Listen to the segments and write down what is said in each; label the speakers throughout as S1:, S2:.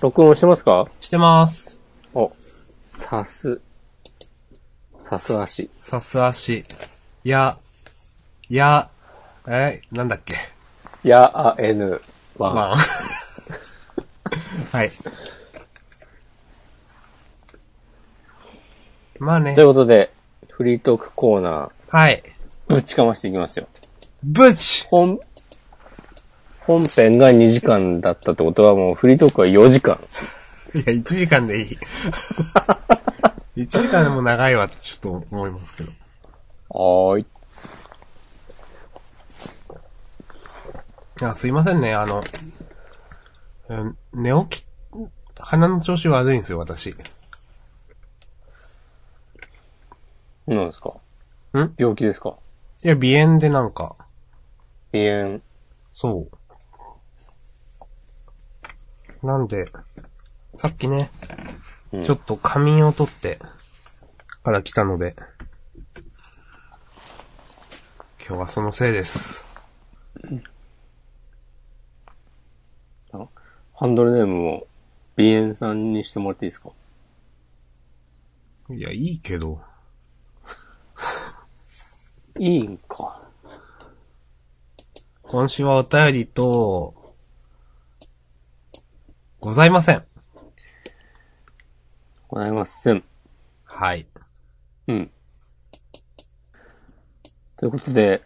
S1: 録音してますか
S2: してます。
S1: お。さす。さす足。
S2: さす足。や、や、え、なんだっけ。
S1: やあ、えぬ、わん。
S2: まあ。はい。まあね
S1: とい。うことで、フリートークコーナー、
S2: はい。
S1: ぶちかましていきますよ。
S2: ブチ
S1: 本、本編が2時間だったってことはもうフリートークは4時間。
S2: いや、1時間でいい。1時間でも長いわってちょっと思いますけど。
S1: はーい。
S2: いや、すいませんね、あの、うん寝起き、鼻の調子悪いんですよ、私。ん
S1: 何ですか
S2: い
S1: 病気ですか
S2: や、鼻炎でなんか、
S1: 鼻炎。
S2: そう。なんで、さっきね、
S1: うん
S2: ちょっと仮眠を取って、から来たので、今日はそのせいです。
S1: ハンドルネームを鼻炎さんにしてもらっていいですか
S2: いや、いいけど。
S1: いいんか。
S2: 今週はお便りと、ございません。
S1: ございません。
S2: はい。
S1: うん。ということで、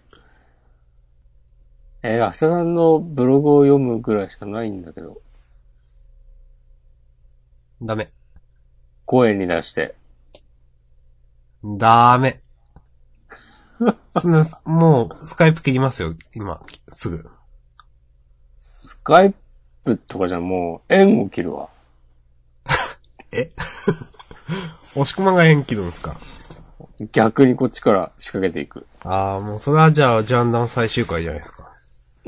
S1: えー、明日さんのブログを読むぐらいしかないんだけど、
S2: ダメ。
S1: 声に出して。
S2: ダメ。そんな、もう、スカイプ切りますよ、今、すぐ。
S1: スカイプとかじゃもう縁を切るわ。
S2: 押し込まが縁切るんですか
S1: 逆にこっちから仕掛けていく。
S2: ああ、もうそれはじゃあ、ジャンダン最終回じゃないですか。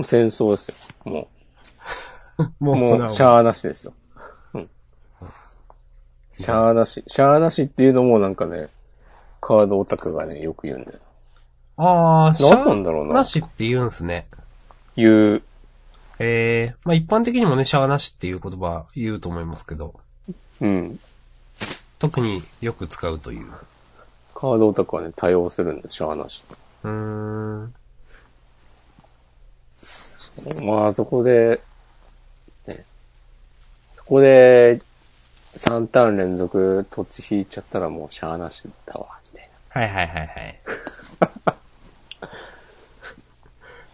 S1: 戦争ですよ。も
S2: も
S1: う、
S2: う、
S1: も
S2: これ
S1: う、
S2: は
S1: シャアなしですよ。うん。シャアなし。シャアなしっていうのもなんかね、カードオタクがね、よく言うんだよ。
S2: ああ、シ
S1: 何な
S2: ャ
S1: んだろう
S2: アな
S1: な。
S2: しって言うんですね。
S1: 言う、
S2: ええまあ一般的にもね、シャアなしっていう言葉言うと思いますけど、
S1: うん。
S2: 特によく使うという。
S1: カードオタクはね、対応するんだよ、シャアなし。
S2: うーん。
S1: まあ、そこで、ね、そこで、3ターン連続、土地引いちゃったらもうシャアなしだわ、みたい
S2: はいは いはいはい。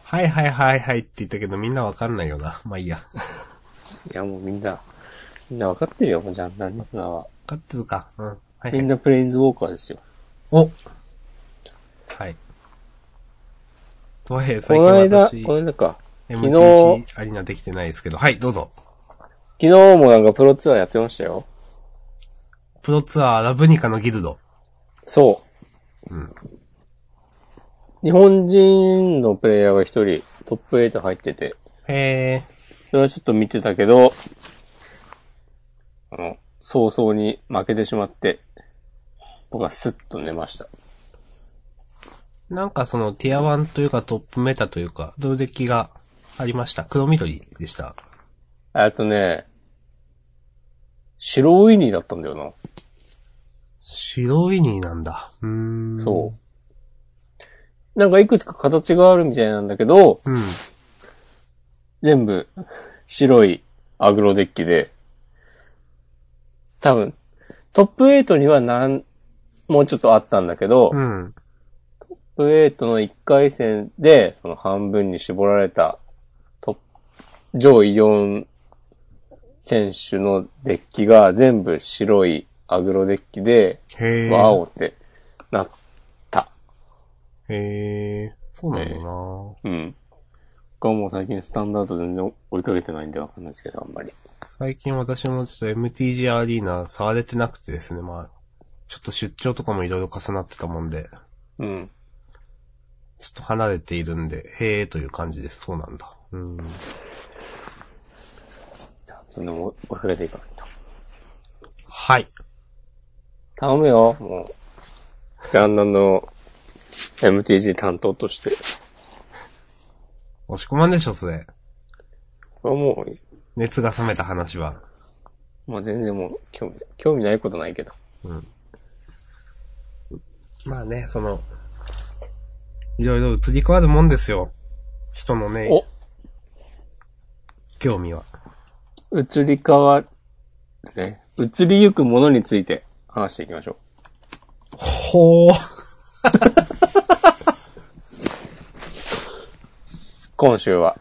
S2: はいはいはいはいって言ったけど、みんなわかんないよな。まあいいや。わ
S1: な。いや、もうみんな、みんなわかってるよ、ジャンダンリスナーは。
S2: かってるか。うん。はい、はい。
S1: みんなプレインズウォーカーですよ。
S2: おはい。とはいえ、
S1: こ
S2: 最近
S1: の間、
S2: 私、
S1: この間か。昨日
S2: MTG アリーナできてないですけど、はい、どうぞ。
S1: 昨日もなんかプロツアーやってましたよ。
S2: プロツアーラブニカのギルド。
S1: そう。
S2: うん
S1: 日本人のプレイヤーが一人、トップ8入ってて、
S2: へ
S1: それはちょっと見てたけど、あの、早々に負けてしまって、僕はスッと寝ました。
S2: ー。なんかそのティア1というかトップメタというか、ドルデッキがありました。黒緑でした。
S1: あとね、白ウィニーだったんだよな。
S2: 白いニーなんだ。うーん。
S1: そう。なんかいくつか形があるみたいなんだけど、
S2: う。うん。
S1: 全部白いアグロデッキで、多分、トップ8にはなん、もうちょっとあったんだけど、
S2: うん。
S1: トップ8の1回戦で、その半分に絞られた、トップ、上位4選手のデッキが全部白いアグロデッキで、
S2: へー。
S1: ワオってなった。
S2: へー。そうなんだな、
S1: うん。僕はもう最近スタンダード全然追いかけてないんでわかんないですけど、あんまり。
S2: 最近私もちょっと MTG アリーナ触れてなくてですね、まあ、ちょっと出張とかもいろいろ重なってたもんで、
S1: うん。
S2: ちょっと離れているんで、へーという感じです。そうなんだ。うん。
S1: そんなもん追いかけていかないと。
S2: はい。
S1: 頼むよ、もう。ジャンナの MTG 担当として。
S2: 押し込まんでしょ、それ。
S1: これはもう、
S2: 熱が冷めた話は。
S1: まあ全然もう、興味、興味ないことないけど。
S2: まあね、その、いろいろ移り変わるもんですよ。人のね、
S1: お
S2: 興味は。
S1: 移り変わ、ね。移りゆくものについて話していきましょう。
S2: ほー。
S1: 今週は、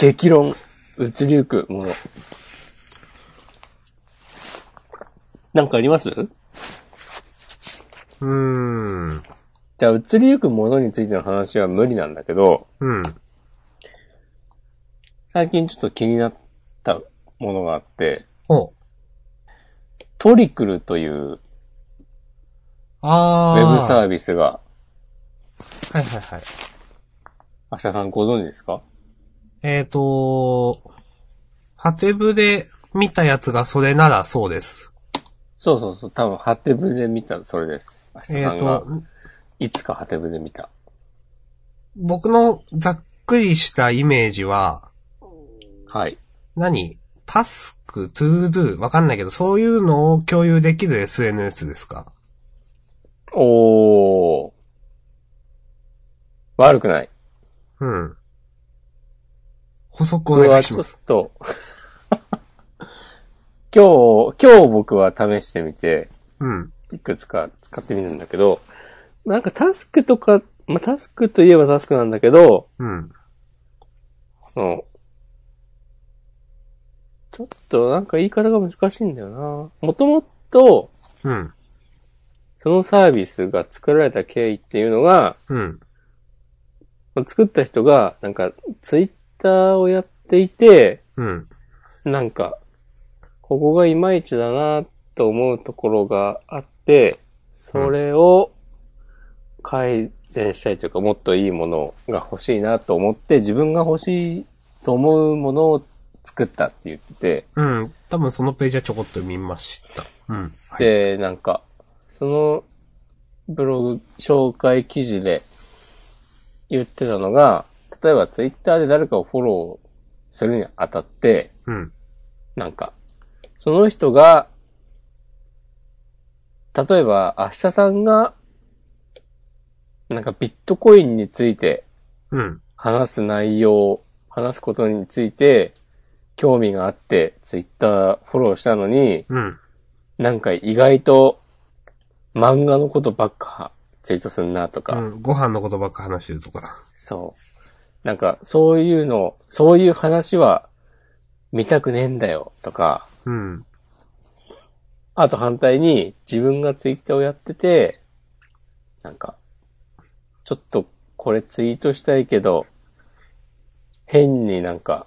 S1: 激論、移りゆくもの。なんかあります
S2: うーん。
S1: じゃあ、移りゆくものについての話は無理なんだけど、
S2: うん。
S1: 最近ちょっと気になったものがあって、
S2: ほう。
S1: トリクルというウ
S2: あー。
S1: ェブサービスが、
S2: はいはいはい。
S1: 明日さんご存知ですか
S2: えっ、ー、と、ハテブで見たやつがそれならそうです。
S1: そうそうそう、多分ハテブで見た、それです。明日
S2: えっ、
S1: さん
S2: ー、
S1: が
S2: と、、
S1: いつかハテブで見た。
S2: 僕のざっくりしたイメージは、
S1: はい。
S2: 何タスク、トゥードゥ、わかんないけど、そういうのを共有できる SNS ですか
S1: おー。悪くない。
S2: うん。補足お
S1: これ
S2: 願
S1: はい
S2: し
S1: ちょ
S2: ま
S1: っ
S2: す。
S1: と、 今日、今日僕は試してみて、
S2: うん。
S1: いくつか使ってみるんだけど、なんかタスクとか、まあ、タスクといえばタスクなんだけど、
S2: うん。
S1: その、ちょっとなんか言い方が難しいんだよな。もともと、
S2: うん。
S1: そのサービスが作られた経緯っていうのが、
S2: うん。
S1: 作った人が、なんか、ツイッターをやっていて、
S2: うん。
S1: なんか、ここがいまいちだなと思うところがあって、それを改善したいというか、もっといいものが欲しいなと思って、自分が欲しいと思うものを作ったって言ってて、
S2: うん。多分そのページはちょこっと見ました。うん。はい。
S1: で、なんか、そのブログ紹介記事で言ってたのが、例えばツイッターで誰かをフォローするにあたって、
S2: うん。
S1: なんか、その人が、例えば、明日さんが、なんかビットコインについて
S2: うん。
S1: 話す内容、話すことについて、興味があって、ツイッターフォローしたのに、
S2: うん。
S1: なんか意外と漫画のことばっかツイートすんなとか、
S2: うん。ご飯のことばっか話してるとか。
S1: そう。なんかそういうの、そういう話は見たくねえんだよとか、
S2: うん。
S1: あと反対に自分がツイッターをやってて、なんか、ちょっとこれツイートしたいけど、変になんか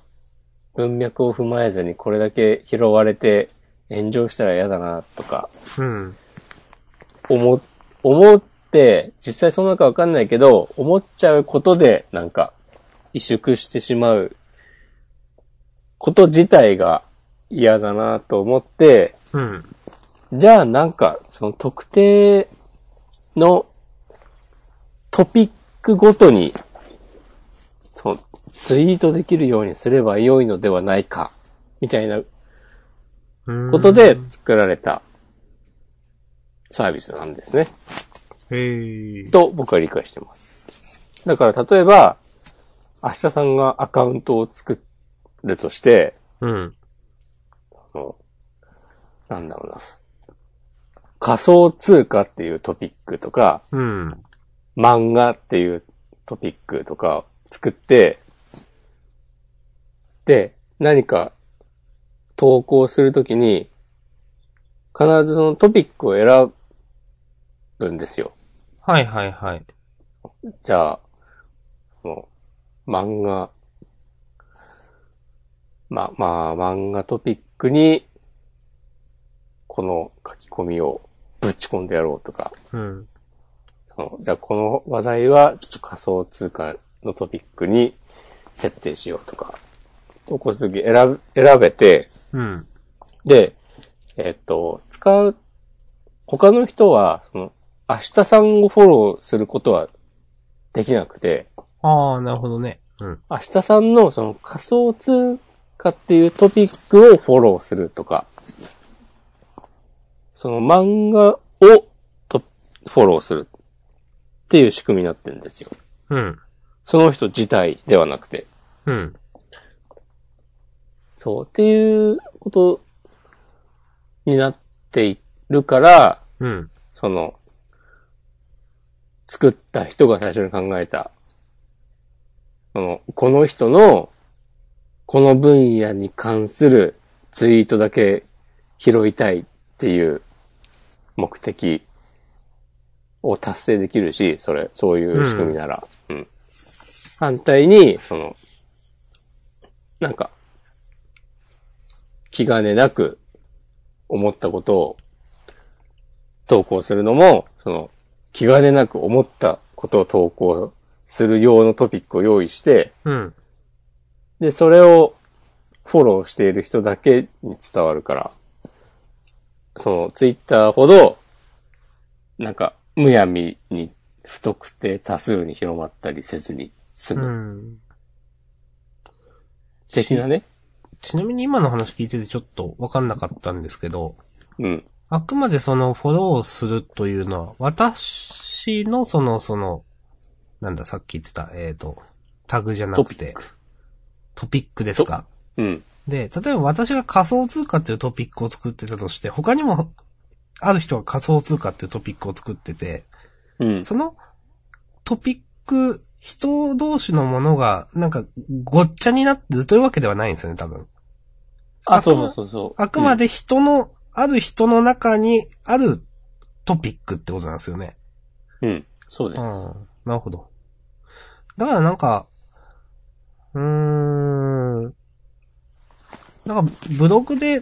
S1: 文脈を踏まえずにこれだけ拾われて炎上したら嫌だなとか、
S2: うん。
S1: 思、思って、実際その中わかんないけど、思っちゃうことで、なんか、萎縮してしまうこと自体が嫌だなと思って、
S2: うん。
S1: じゃあなんか、その特定のトピックごとに、そのツイートできるようにすれば良いのではないか、みたいな
S2: うん
S1: ことで作られたサービスなんですね。
S2: へえ。
S1: と僕は理解してます。だから例えば、明日さんがアカウントを作るとして、
S2: うん。
S1: あのなんだろうな。仮想通貨っていうトピックとか、
S2: うん。
S1: 漫画っていうトピックとか作って、で、何か投稿するときに、必ずそのトピックを選ぶんですよ。
S2: はいはいはい。
S1: じゃあ、その、漫画、ま、まあ、漫画トピックに、この書き込みをぶち込んでやろうとか、
S2: うん。
S1: そのじゃあこの話題はちょっと仮想通貨のトピックに設定しようとか、投稿するとき選べ選べて、
S2: うん。
S1: で、えっと、使う、他の人は、その、明日さんをフォローすることはできなくて、
S2: ああ、なるほどね。うん。
S1: 明日さんのその仮想通貨っていうトピックをフォローするとか、その漫画をとフォローするっていう仕組みになってるんですよ。
S2: うん。
S1: その人自体ではなくて。
S2: うん。
S1: そう、っていうことになっているから、
S2: うん。
S1: その、作った人が最初に考えた、その、この人の、この分野に関するツイートだけ拾いたいっていう目的を達成できるし、それ、そういう仕組みなら。うん。反対に、その、なんか、気兼ねなく思ったことを投稿するのも、その、気兼ねなく思ったことを投稿する用のトピックを用意して、
S2: うん。
S1: で、それをフォローしている人だけに伝わるから、その、ツイッターほど、なんか、むやみに不特定多数に広まったりせずに済
S2: う
S1: む。
S2: ん。
S1: 的なね。
S2: ちなみに今の話聞いててちょっとわかんなかったんですけど、
S1: うん。
S2: あくまでそのフォローするというのは、私のその、その、なんだ、さっき言ってた、えっ、と、タグじゃなくて、トピックですか
S1: うん。
S2: で、例えば私が仮想通貨っていうトピックを作ってたとして、他にも、ある人が仮想通貨っていうトピックを作ってて、
S1: うん。
S2: そのトピック、人同士のものが、なんか、ごっちゃになってるというわけではないんですよね、多分。
S1: あ、
S2: あく
S1: そう
S2: ま
S1: そうそうそう。
S2: あくまで人の、ある人の中にあるトピックってことなんですよね。
S1: うん。うん。そうです。
S2: うん。なるほど。だからなんか、うーん。なんか、ブログで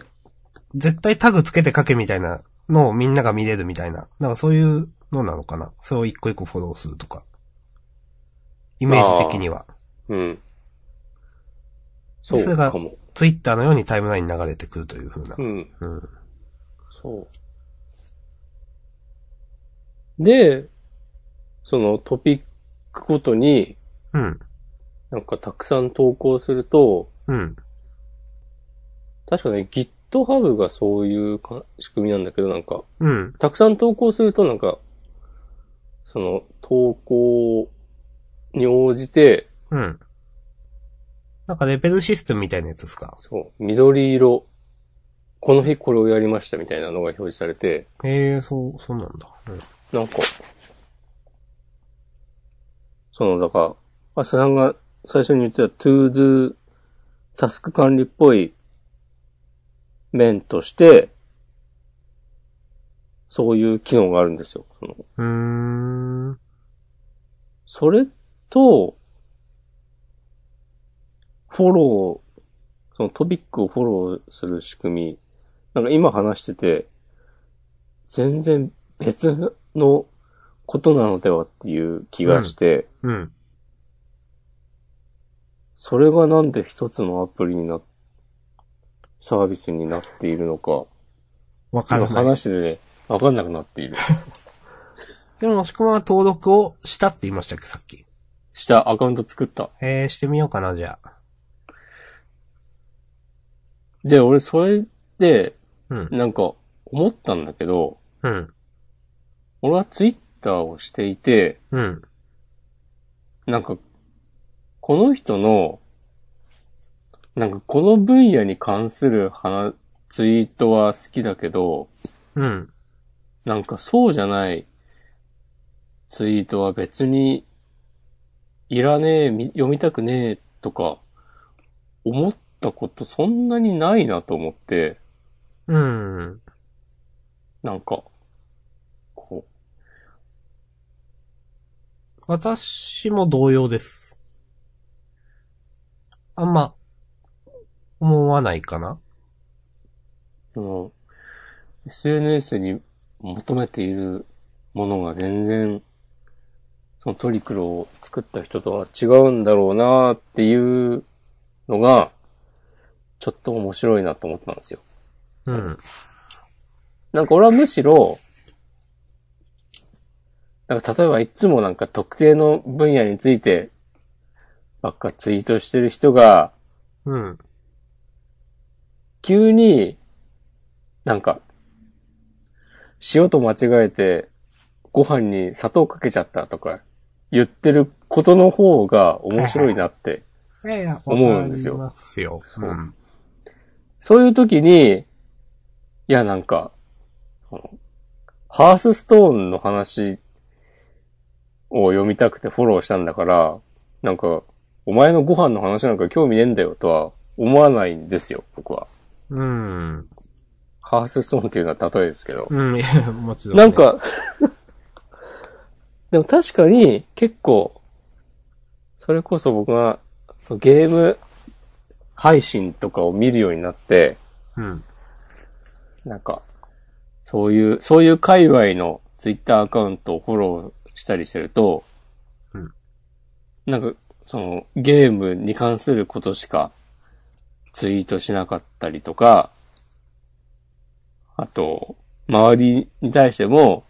S2: 絶対タグつけて書けみたいなのをみんなが見れるみたいな。なんかそういうのなのかな。それを一個一個フォローするとか。イメージ的には。
S1: うん。そ
S2: れ
S1: う
S2: が
S1: かも。
S2: ツイッターのようにタイムラインに流れてくるという風な
S1: う。ん。
S2: うん。
S1: そう。で、そのトピックごとに、
S2: うん。
S1: なんかたくさん投稿すると、
S2: うん。
S1: 確かね、GitHub がそういうか仕組みなんだけど、なんか、
S2: うん。
S1: たくさん投稿するとなんか、その投稿に応じて、
S2: うん。なんかレベルシステムみたいなやつですか。
S1: そう、緑色、この日これをやりましたみたいなのが表示されて、
S2: へえ、そう、そうなんだ。うん。
S1: なんか、その、だから、あささんが最初に言ってた to do タスク管理っぽい面として、そういう機能があるんですよ。その
S2: うーん。
S1: それと、フォロー、そのトピックをフォローする仕組み、なんか今話してて、全然別のことなのではっていう気がして、
S2: うん。
S1: それがなんで一つのアプリにな、サービスになっているのか、
S2: わか
S1: 今
S2: らない。
S1: 話しててね、わかんなくなって いる。
S2: でも、もしくは登録をしたって言いましたっけ、さっき。
S1: 下、アカウント作った。
S2: えー、してみようかな、じゃあ。
S1: で、俺それで、
S2: うん。
S1: なんか思ったんだけど、
S2: うん。
S1: 俺はツイッターをしていて、
S2: うん。
S1: なんか、この人の、なんかこの分野に関する話、ツイートは好きだけど、
S2: うん。
S1: なんかそうじゃないツイートは別にいらねえ、み読みたくねえとか思ったことそんなにないなと思って、
S2: うん。
S1: なんか、こ
S2: 私も同様です。あんま、思わないかな
S1: う、その SNS に求めているものが全然、そのトリクルを作った人とは違うんだろうなっていうのが、ちょっと面白いなと思ったんですよ。
S2: うん。
S1: なんか俺はむしろ、なんか例えばいつもなんか特定の分野についてばっかツイートしてる人が、
S2: うん。
S1: 急になんか、塩と間違えて、ご飯に砂糖かけちゃったとか、言ってることの方が面白いなって。
S2: いやいや、
S1: 思うんですよ
S2: わかりますよ。うん。
S1: そういう時に、いや、なんか、そのハースストーンの話を読みたくてフォローしたんだから、なんか、お前のご飯の話なんか興味ねえんだよとは思わないんですよ、僕は。
S2: うん。
S1: ハースストーンっていうのは例えですけど。
S2: うん、いや、もちろん、
S1: なん、か、 でも確かに結構、それこそ僕がそうゲーム配信とかを見るようになって、
S2: うん。
S1: なんか、そういう、そういう界隈のツイッターアカウントをフォローしたりしてると、
S2: うん
S1: なんか、その、ゲームに関することしかツイートしなかったりとか、あと、周りに対しても、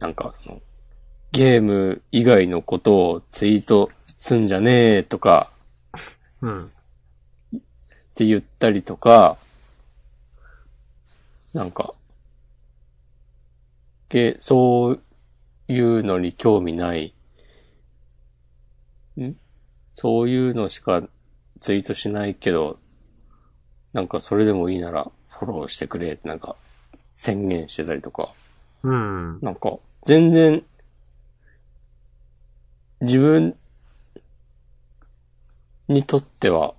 S1: なんか、その、ゲーム以外のことをツイートすんじゃねえとか、
S2: うん。
S1: って言ったりとか、なんか、げそういうのに興味ない、んそういうのしかツイートしないけど、なんかそれでもいいならフォローしてくれってなんか宣言してたりとか、
S2: うん。
S1: なんか全然自分にとっては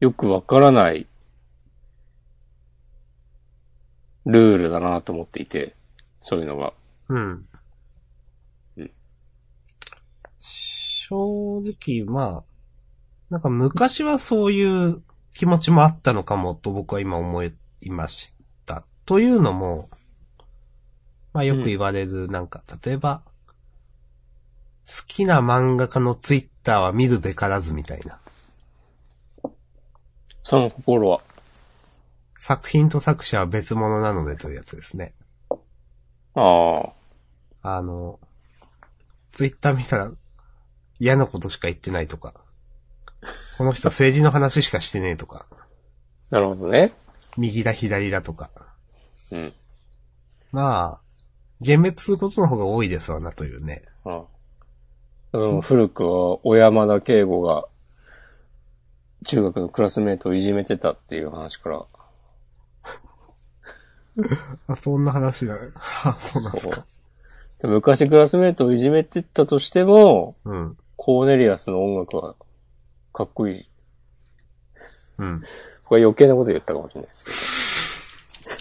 S1: よくわからないルールだなと思っていて、そういうのが。
S2: うん
S1: うん。
S2: 正直、まあ、なんか昔はそういう気持ちもあったのかもと僕は今思いました。というのも、まあよく言われる、なんか、例えば、好きな漫画家のツイッターは見るべからずみたいな。
S1: その心は。
S2: 作品と作者は別物なのでというやつですね。
S1: ああ。
S2: あの、ツイッター見たら嫌なことしか言ってないとか、この人政治の話しかしてねえとか、
S1: なるほどね。
S2: 右だ左だとか、
S1: うん。
S2: まあ、幻滅することの方が多いですわなというね。
S1: ああでも古くは小山田圭吾が中学のクラスメートをいじめてたっていう話から、
S2: あ、そんな話だ。あ、 そうなんです
S1: そう
S2: か。
S1: で昔クラスメートをいじめてたとしても、
S2: うん。
S1: コーネリアスの音楽はかっこいい。
S2: うん。
S1: これ余計なこと言ったかもしれないですけ ど。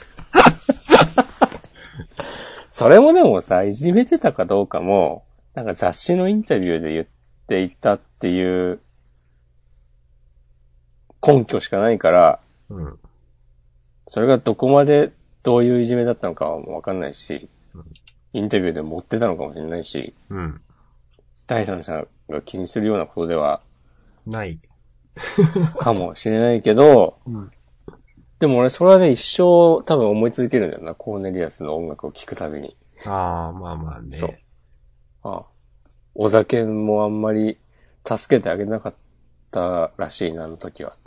S1: それもでもさ、いじめてたかどうかも、なんか雑誌のインタビューで言っていたっていう根拠しかないから、
S2: うん。
S1: それがどこまでどういういじめだったのかはもうわかんないし、インタビューで持ってたのかもしれないし、
S2: うん。
S1: 第三者が気にするようなことでは
S2: ない。
S1: かもしれないけど、
S2: うん
S1: でも俺それはね、一生多分思い続けるんだよな、コーネリアスの音楽を聴くたびに。
S2: ああ、まあまあね。
S1: そうああお酒もあんまり助けてあげなかったらしいな、あの時は っ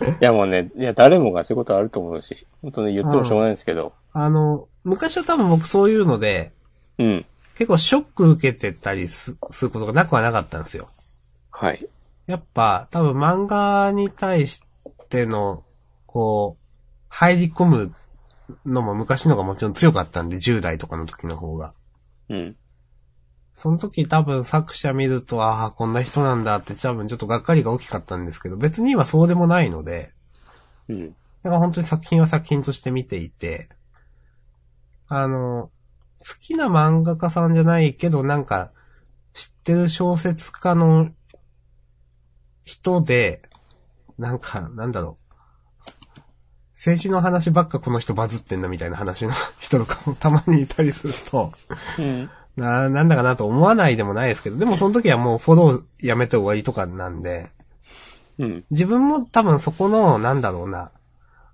S1: ていう。いやもうね、いや誰もがそういうことあると思うし、本当ね、言ってもしょうがないんですけど、
S2: あの、昔は多分僕そういうので、
S1: うん。
S2: 結構ショック受けてたりすすることがなくはなかったんですよ。
S1: はい。
S2: やっぱ、多分漫画に対しての、こう、入り込むのも昔のがもちろん強かったんで、10代とかの時の方が。
S1: うん。
S2: その時多分作者見ると、ああ、こんな人なんだって多分ちょっとがっかりが大きかったんですけど、別に今そうでもないので、
S1: うん。
S2: なんか本当に作品は作品として見ていて、あの、好きな漫画家さんじゃないけど、なんか、知ってる小説家の人で、なんか、なんだろう。政治の話ばっかこの人バズってんなみたいな話の人とかもたまにいたりすると、
S1: うん。
S2: な、なんだかなと思わないでもないですけど、でもその時はもうフォローやめて終わりとかなんで、
S1: うん。
S2: 自分も多分そこの、なんだろうな、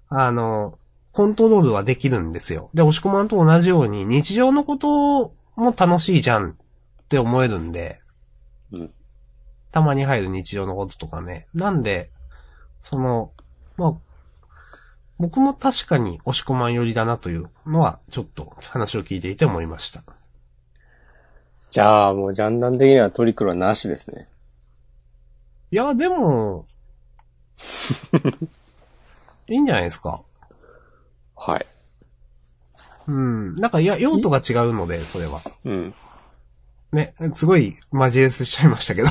S2: あの、コントロールはできるんですよ。で、押し込まんと同じように、日常のことも楽しいじゃんって思えるんで、
S1: うん。
S2: たまに入る日常のこととかね。なんで、その、まあ、僕も確かに押し込まん寄りだなというのは、ちょっと話を聞いていて思いました。
S1: じゃあ、もうジャンダン的にはトリクルはなしですね。
S2: いや、でも、いいんじゃないですか。
S1: はい。
S2: うん。なんか、いや、用途が違うので、それは。
S1: うん。
S2: ね、すごい、マジエスしちゃいましたけど。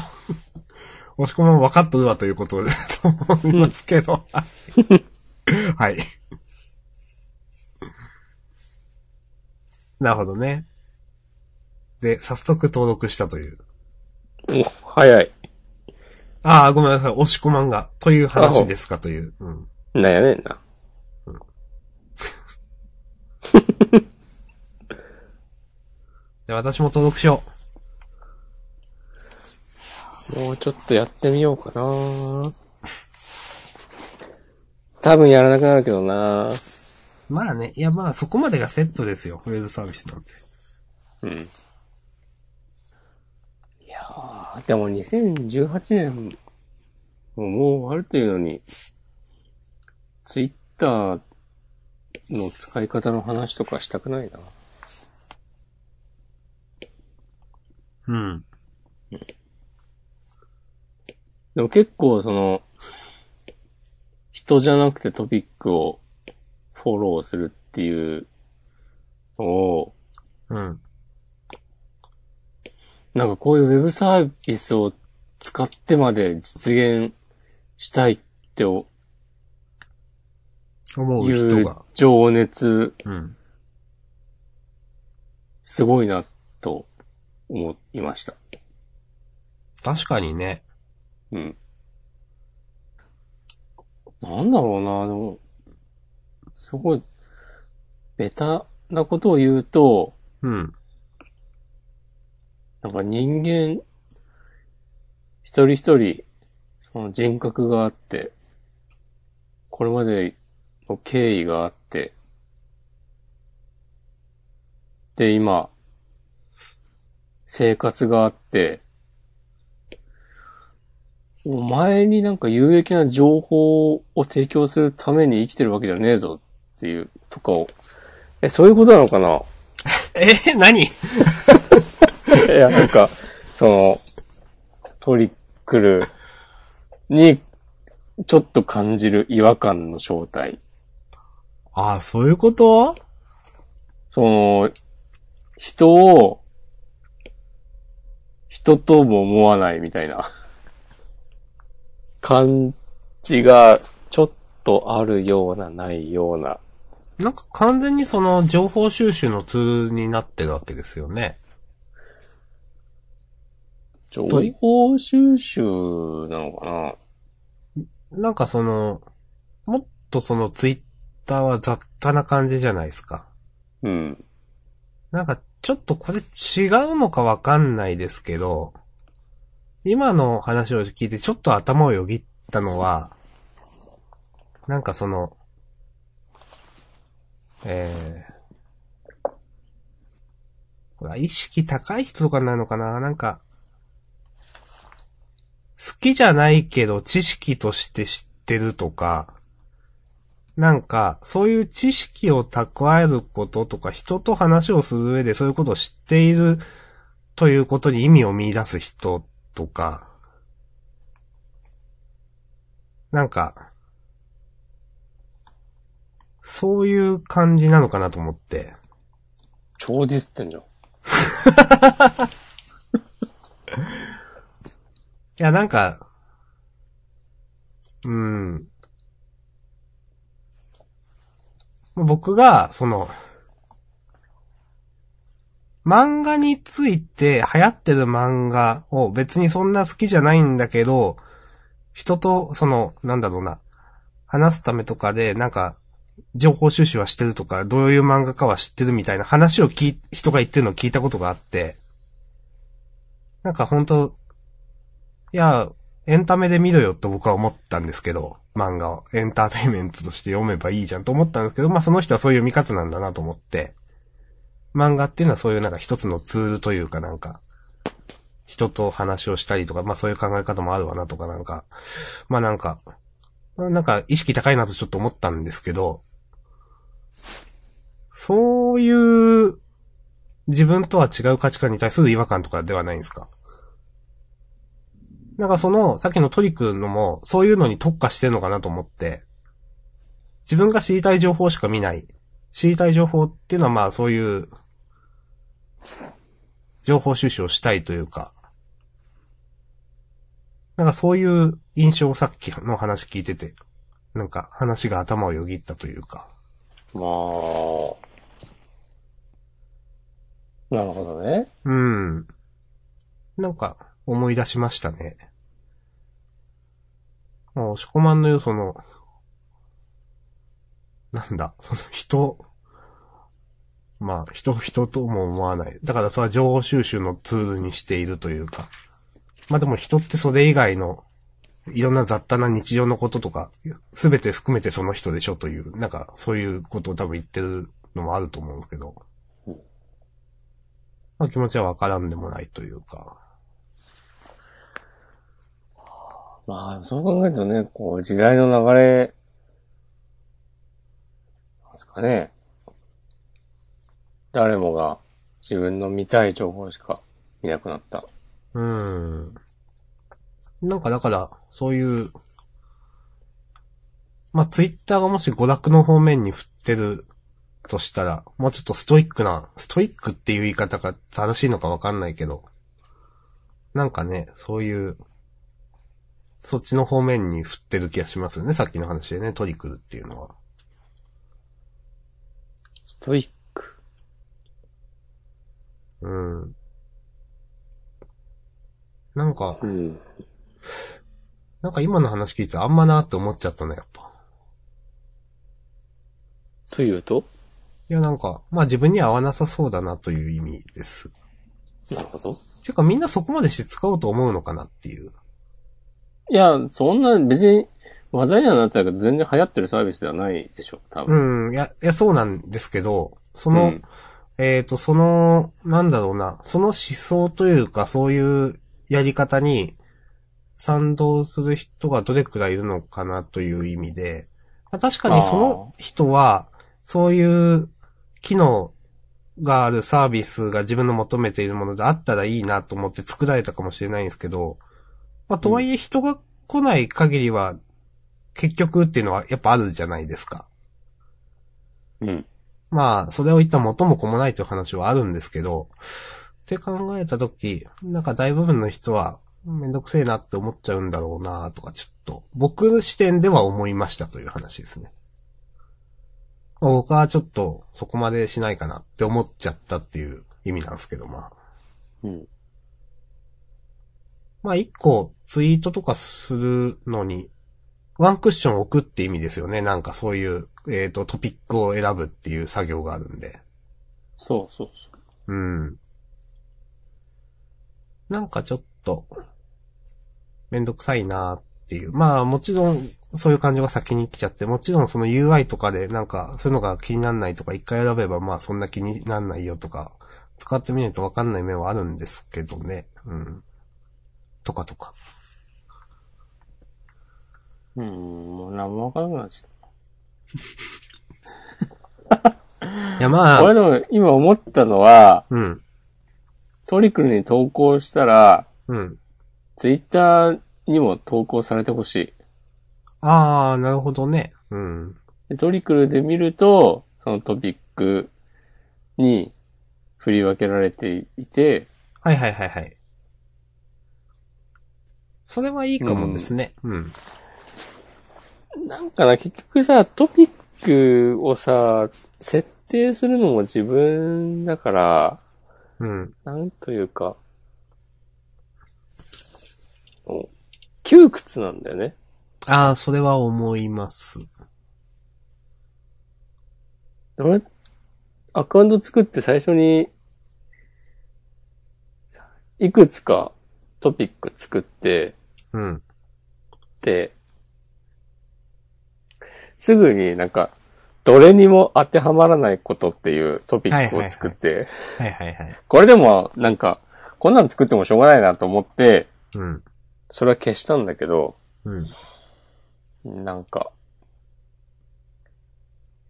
S2: 押し込まん分かっとるわということで、と思いますけ ど。はい。なるほどね。で、早速登録したという。
S1: お、早い。
S2: ああ、ごめんなさい、押し込まんが、という話ですかという。うん。
S1: なんやねんな。
S2: で、私も登録しよ
S1: もうちょっとやってみようかな多分やらなくなるけどな
S2: う。まあね、いやまあそこまでがセットですよ、ウェブサービスなんて。
S1: うん。いやー、でも2018年、もう終わるというのに、ツイッターの使い方の話とかしたくないな。
S2: うん。
S1: でも結構その、人じゃなくてトピックをフォローするっていうのを、
S2: うん。
S1: なんかこういうウェブサービスを使ってまで実現したいってい
S2: 思う人
S1: う
S2: が。
S1: 情熱、
S2: うん。
S1: すごいなと思いました。
S2: 確かにね。
S1: うん。なんだろうな、でも、すごい、ベタなことを言うと、
S2: うん。
S1: なんか人間、一人一人、その人格があって、これまでの経緯があって、で、今、生活があって、お前になんか有益な情報を提供するために生きてるわけじゃねえぞっていう、とかを。え、そういうことなのかな
S2: えー、何
S1: いや、なんか、その、トリックルに、ちょっと感じる違和感の正体。
S2: ああ、そういうこと
S1: その、人を、人とも思わないみたいな、 感じが、ちょっとあるような、ないような。
S2: なんか完全にその情報収集のツールになってるわけですよね。
S1: 情
S2: トリ
S1: 報収集なのかな
S2: なんかその、もっとそのツイッターは雑多な感じじゃないですか。
S1: うん。
S2: なんかちょっとこれ違うのかわかんないですけど、今の話を聞いてちょっと頭をよぎったのは、なんかその、えー、これは意識高い人とかなのかななんか、好きじゃないけど知識として知ってるとか、なんか、そういう知識を蓄えることとか、人と話をする上でそういうことを知っているということに意味を見出す人とか、なんか、そういう感じなのかなと思って。
S1: 超ディスってんじゃん。
S2: いや、なんか、うん。僕が、その、漫画について流行ってる漫画を別にそんな好きじゃないんだけど、人と、その、なんだろうな、話すためとかで、なんか、情報収集はしてるとか、どういう漫画かは知ってるみたいな話を聞い、人が言ってるのを聞いたことがあって、なんか本当いや、エンタメで見ろよと僕は思ったんですけど、漫画をエンターテインメントとして読めばいいじゃんと思ったんですけど、まあその人はそういう見方なんだなと思って、漫画っていうのはそういうなんか一つのツールというかなんか、人と話をしたりとか、まあそういう考え方もあるわなとかなんか、まあなんか、なんか意識高いなとちょっと思ったんですけど、そういう自分とは違う価値観に対する違和感とかではないんですかなんかその、さっきのトリックのも、そういうのに特化してるのかなと思って、自分が知りたい情報しか見ない。知りたい情報っていうのはまあそういう、情報収集をしたいというか、なんかそういう印象をさっきの話聞いてて、なんか話が頭をよぎったというか。
S1: まあ。なるほどね。
S2: うん。なんか、思い出しましたね。もう、押し込まんのよ、その、なんだ、その人、まあ、人、人とも思わない。だから、それは情報収集のツールにしているというか。まあでも人ってそれ以外の、いろんな雑多な日常のこととか、すべて含めてその人でしょという、なんか、そういうことを多分言ってるのもあると思うんですけど。まあ気持ちはわからんでもないというか。
S1: まあ、そう考えるとね、こう、時代の流れ、なんですかね。誰もが自分の見たい情報しか見なくなった。
S2: うん。なんかだから、そういう、まあ、ツイッターがもし娯楽の方面に振ってるとしたら、もうちょっとストイックな、ストイックっていう言い方が正しいのかわかんないけど、なんかね、そういう、そっちの方面に振ってる気がしますよね、さっきの話でね、トリクルっていうのは。
S1: ストイック。
S2: うん。なんか、
S1: うん。
S2: なんか今の話聞いてあんまなって思っちゃったね、やっぱ。
S1: というと
S2: いや、なんか、まあ自分には合わなさそうだなという意味です。
S1: なるほど。
S2: てかみんなそこまでして使おうと思うのかなっていう。
S1: いや、そんな別に話題にはなってたけど、全然流行ってるサービスではないでしょ、多分。
S2: うん、いや、いや、そうなんですけど、その、
S1: うん
S2: えっ、と、その、なんだろうな、その思想というか、そういうやり方に賛同する人がどれくらいいるのかなという意味で、まあ確かにその人は、そういう機能があるサービスが自分の求めているものであったらいいなと思って作られたかもしれないんですけど、まあ、とはいえ人が来ない限りは、結局っていうのはやっぱあるじゃないですか。
S1: うん。
S2: まあ、それを言った元も子もないという話はあるんですけど、って考えたとき、なんか大部分の人は、めんどくせえなって思っちゃうんだろうなとか、ちょっと、僕の視点では思いましたという話ですね。まあ僕はちょっと、そこまでしないかなって思っちゃったっていう意味なんですけど、まあ。
S1: うん。
S2: まあ一個ツイートとかするのに、ワンクッション置くって意味ですよね。なんかそういう、えっ、と、トピックを選ぶっていう作業があるんで。
S1: そうそうそう。
S2: うん。なんかちょっと、めんどくさいなっていう。まあもちろん、そういう感情が先に来ちゃって、もちろんその UI とかでなんか、そういうのが気にならないとか、一回選べばまあそんな気にならないよとか、使ってみないとわかんない面はあるんですけどね。うん。とかとか。
S1: うん、もう何もわからなくなっちゃっ
S2: いやま
S1: た。俺
S2: あ、
S1: でも今思ったのは、
S2: うん。
S1: トリクルに投稿したら、
S2: うん。
S1: ツイッターにも投稿されてほしい
S2: ああ、なるほどね。うん。
S1: で。トリクルで見ると、そのトピックに振り分けられていて、
S2: はいはいはいはい。それはいいかもですね。うん。
S1: なんかな、結局さ、トピックをさ、設定するのも自分だから、
S2: うん。
S1: なんというか、お窮屈なんだよね。
S2: ああ、それは思います。
S1: 俺、アカウント作って最初に、いくつかトピック作って、
S2: うん。
S1: で、すぐになんか、どれにも当てはまらないことっていうトピックを作って、
S2: はいはいはい。
S1: これでもなんか、こんなの作ってもしょうがないなと思って、
S2: うん。
S1: それは消したんだけど、
S2: うん。
S1: なんか。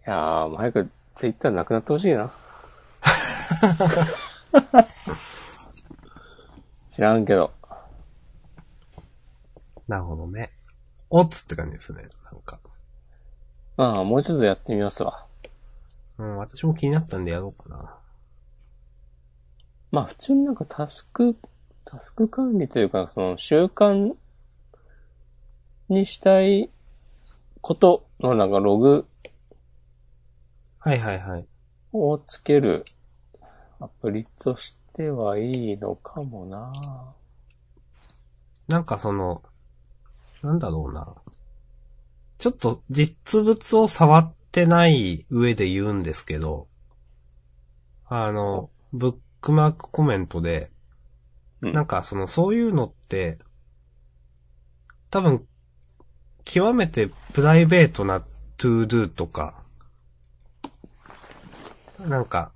S1: いやー、もう早くツイッターなくなってほしいな。 知らんけど。
S2: なるほどね。おつって感じですね。なんか。
S1: まあ、もうちょっとやってみますわ。
S2: うん、私も気になったんでやろうかな。
S1: まあ、普通になんかタスク、タスク管理というか、その習慣にしたいことのなんかログ
S2: はいはいはい。
S1: をつけるアプリとしてはいいのかもな
S2: なんかその、なんだろうな。ちょっと実物を触ってない上で言うんですけど、あの、ブックマークコメントで、
S1: うん
S2: なんかその、そういうのって、多分、極めてプライベートなトゥードゥとか、なんか、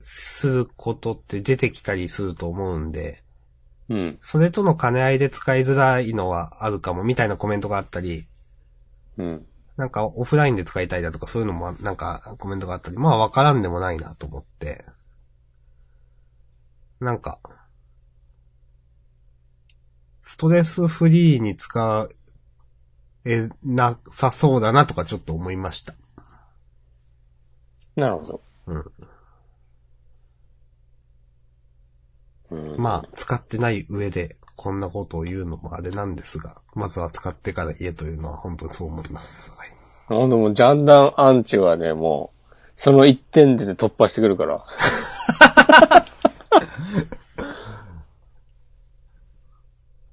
S2: することって出てきたりすると思うんで、
S1: うん。
S2: それとの兼ね合いで使いづらいのはあるかも、みたいなコメントがあったり、
S1: うん。
S2: なんかオフラインで使いたいだとかそういうのもあ、なんかコメントがあったり、まあわからんでもないなと思って。なんか、ストレスフリーに使えなさそうだなとかちょっと思いました。
S1: なるほど。
S2: うん。
S1: うん、
S2: まあ、使ってない上でこんなことを言うのもあれなんですが、まずは使ってから言えというのは本当にそう思います。はい。
S1: あ。ほんともう、ジャンダンアンチはね、もう、その一点でね、突破してくるから。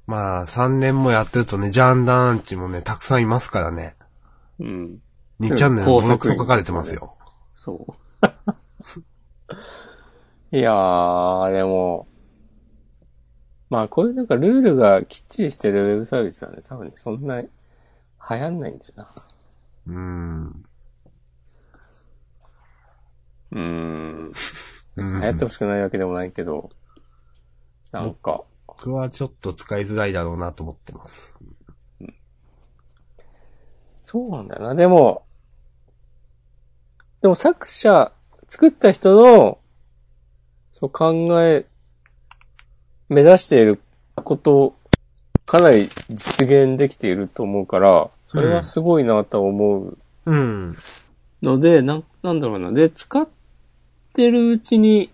S2: まあ、3年もやってるとね、ジャンダンアンチもね、たくさんいますからね。
S1: うん。
S2: 2チャンネル
S1: 工
S2: ボ
S1: 作
S2: ロクソ書かれてますよ。
S1: そう。 いやー、でも、まあこういうなんかルールがきっちりしてるウェブサービスはね、多分ねそんな流行んないんだよな。
S2: うーん。
S1: うーん。
S2: う
S1: 流
S2: ん
S1: 行ってほしくないわけでもないけど、なんか、
S2: 僕はちょっと使いづらいだろうなと思ってます。
S1: そうなんだよな。でも、でも作者、作った人の、そう考え、目指していること、かなり実現できていると思うから、それはすごいなとは思う
S2: うん。
S1: ので、なん、なんだろうな。で、使ってるうちに、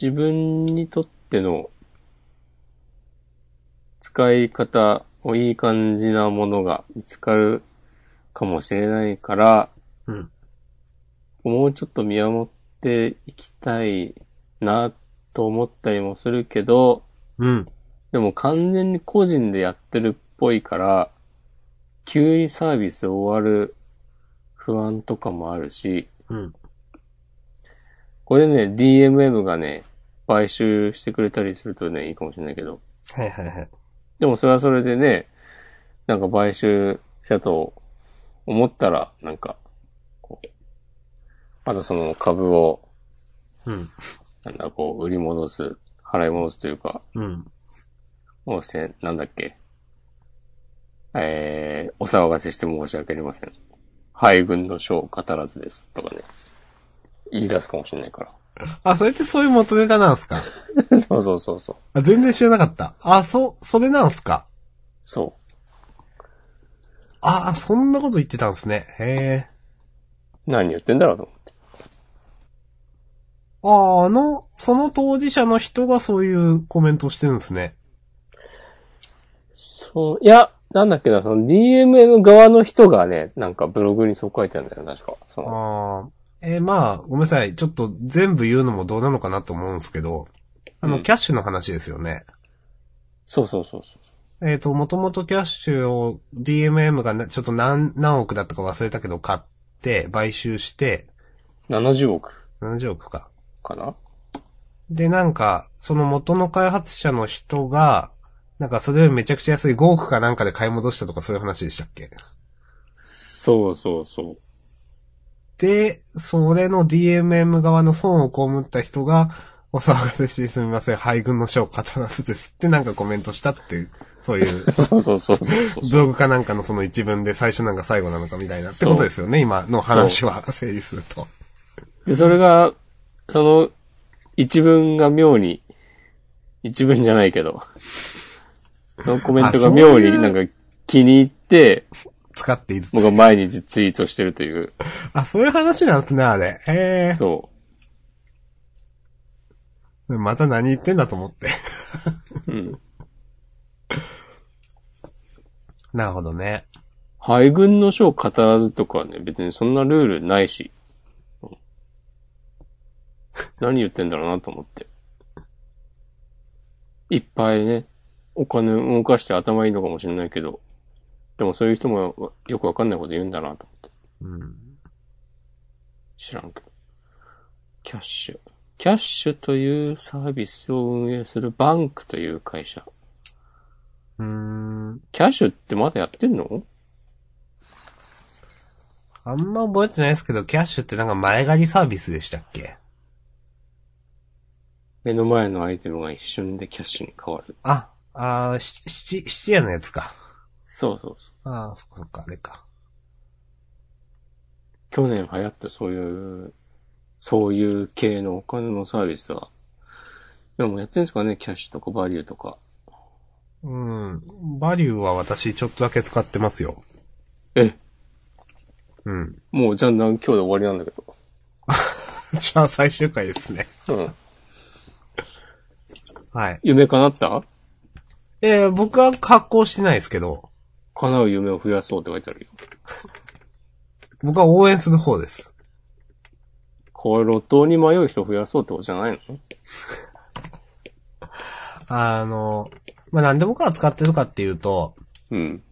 S1: 自分にとっての、使い方をいい感じなものが見つかるかもしれないから、
S2: うん。
S1: もうちょっと見守っていきたいなと思ったりもするけど、
S2: うん。
S1: でも完全に個人でやってるっぽいから、急にサービス終わる不安とかもあるし、
S2: うん。
S1: これね、DMM がね、買収してくれたりするとね、いいかもしれないけど。
S2: はいはいはい。
S1: でもそれはそれでね、なんか買収したと思ったら、なんか、こう、またその株を、
S2: うん。
S1: なんだ、こう、売り戻す、払い戻すというか、
S2: うん。
S1: もうして、なんだっけ。えー、お騒がせして申し訳ありません。敗軍の将を語らずです。とかね。言い出すかもしれないか。
S2: あ、それってそういう元ネタなんすか ら
S1: そうそうそうそう。
S2: あ全然知らなかった。あ、そ、それなんすか
S1: そう。
S2: あ、そんなこと言ってたんすね。へえ。
S1: 何言ってんだろうと思って。
S2: あ、あの、その当事者の人がそういうコメントをしてるんですね。
S1: そう、いや、なんだっけな、その DMM 側の人がね、なんかブログにそう書いてあるんだよ、確か。その
S2: ああ。えーまあ、ごめんなさい。ちょっと全部言うのもどうなのかなと思うんですけど、あの、
S1: うん
S2: キャッシュの話ですよね。
S1: そうそうそうそう。
S2: えっ、と、もともとキャッシュを DMM がなちょっと何、何億だったか忘れたけど買って、買収して、
S1: 70億
S2: 70億か。
S1: かな
S2: で、なんか、その元の開発者の人が、なんかそれよりめちゃくちゃ安い5億かなんかで買い戻したとかそういう話でしたっけ
S1: そうそうそう。
S2: で、それの DMM 側の損を被った人が、お騒がせしてすみません。敗軍の将、刀すですってなんかコメントしたっていう、そうい う、
S1: そうそうそうそう。
S2: ブログかなんかのその一文で最初なんか最後なのかみたいなってことですよね、今の話は整理すると。
S1: で、それが、その、一文が妙に、一文じゃないけど、そのコメントが妙に
S2: あそうい
S1: な
S2: うん
S1: か気に入って、
S2: 使っている。
S1: 僕は毎日ツイートしてるという、
S2: あ、そういう話なんですね、あれ。へ
S1: そ
S2: え。また何言ってんだと思って。
S1: う。うん。
S2: なるほどね。
S1: 敗軍の将語らずとかね、別にそんなルールないし、何言ってんだろうなと思って。いっぱいね、お金動かして頭いいのかもしれないけど、でもそういう人もよくわかんないこと言うんだなと思って。
S2: うん。
S1: 知らんけど。キャッシュ。キャッシュというサービスを運営するバンクという会社。
S2: うーん。
S1: キャッシュってまだやってんの
S2: あんま覚えてないですけど、キャッシュってなんか前借りサービスでしたっけ
S1: 目の前のアイテムが一瞬でキャッシュに変わる。
S2: あ、あー、し七、七夜のやつか。
S1: そうそうそう。
S2: ああ、そっかそっか、あれか。
S1: 去年流行ったそういう、そういう系のお金のサービスは。でもやってんですかねキャッシュとかバリューとか。
S2: うん。バリューは私ちょっとだけ使ってますよ。
S1: え、
S2: うん。
S1: もうじゃあ今日で終わりなんだけ
S2: じゃあ最終回ですね。
S1: ど。うん。
S2: はい。
S1: 夢叶った
S2: えー、僕は発行してないですけど、
S1: 叶う夢を増やそうって書いてあるよ。
S2: 僕は応援する方です。
S1: これ路頭に迷う人増やそうってことじゃないの
S2: あの、まあ、なんで僕が使ってるかっていうと、
S1: うん。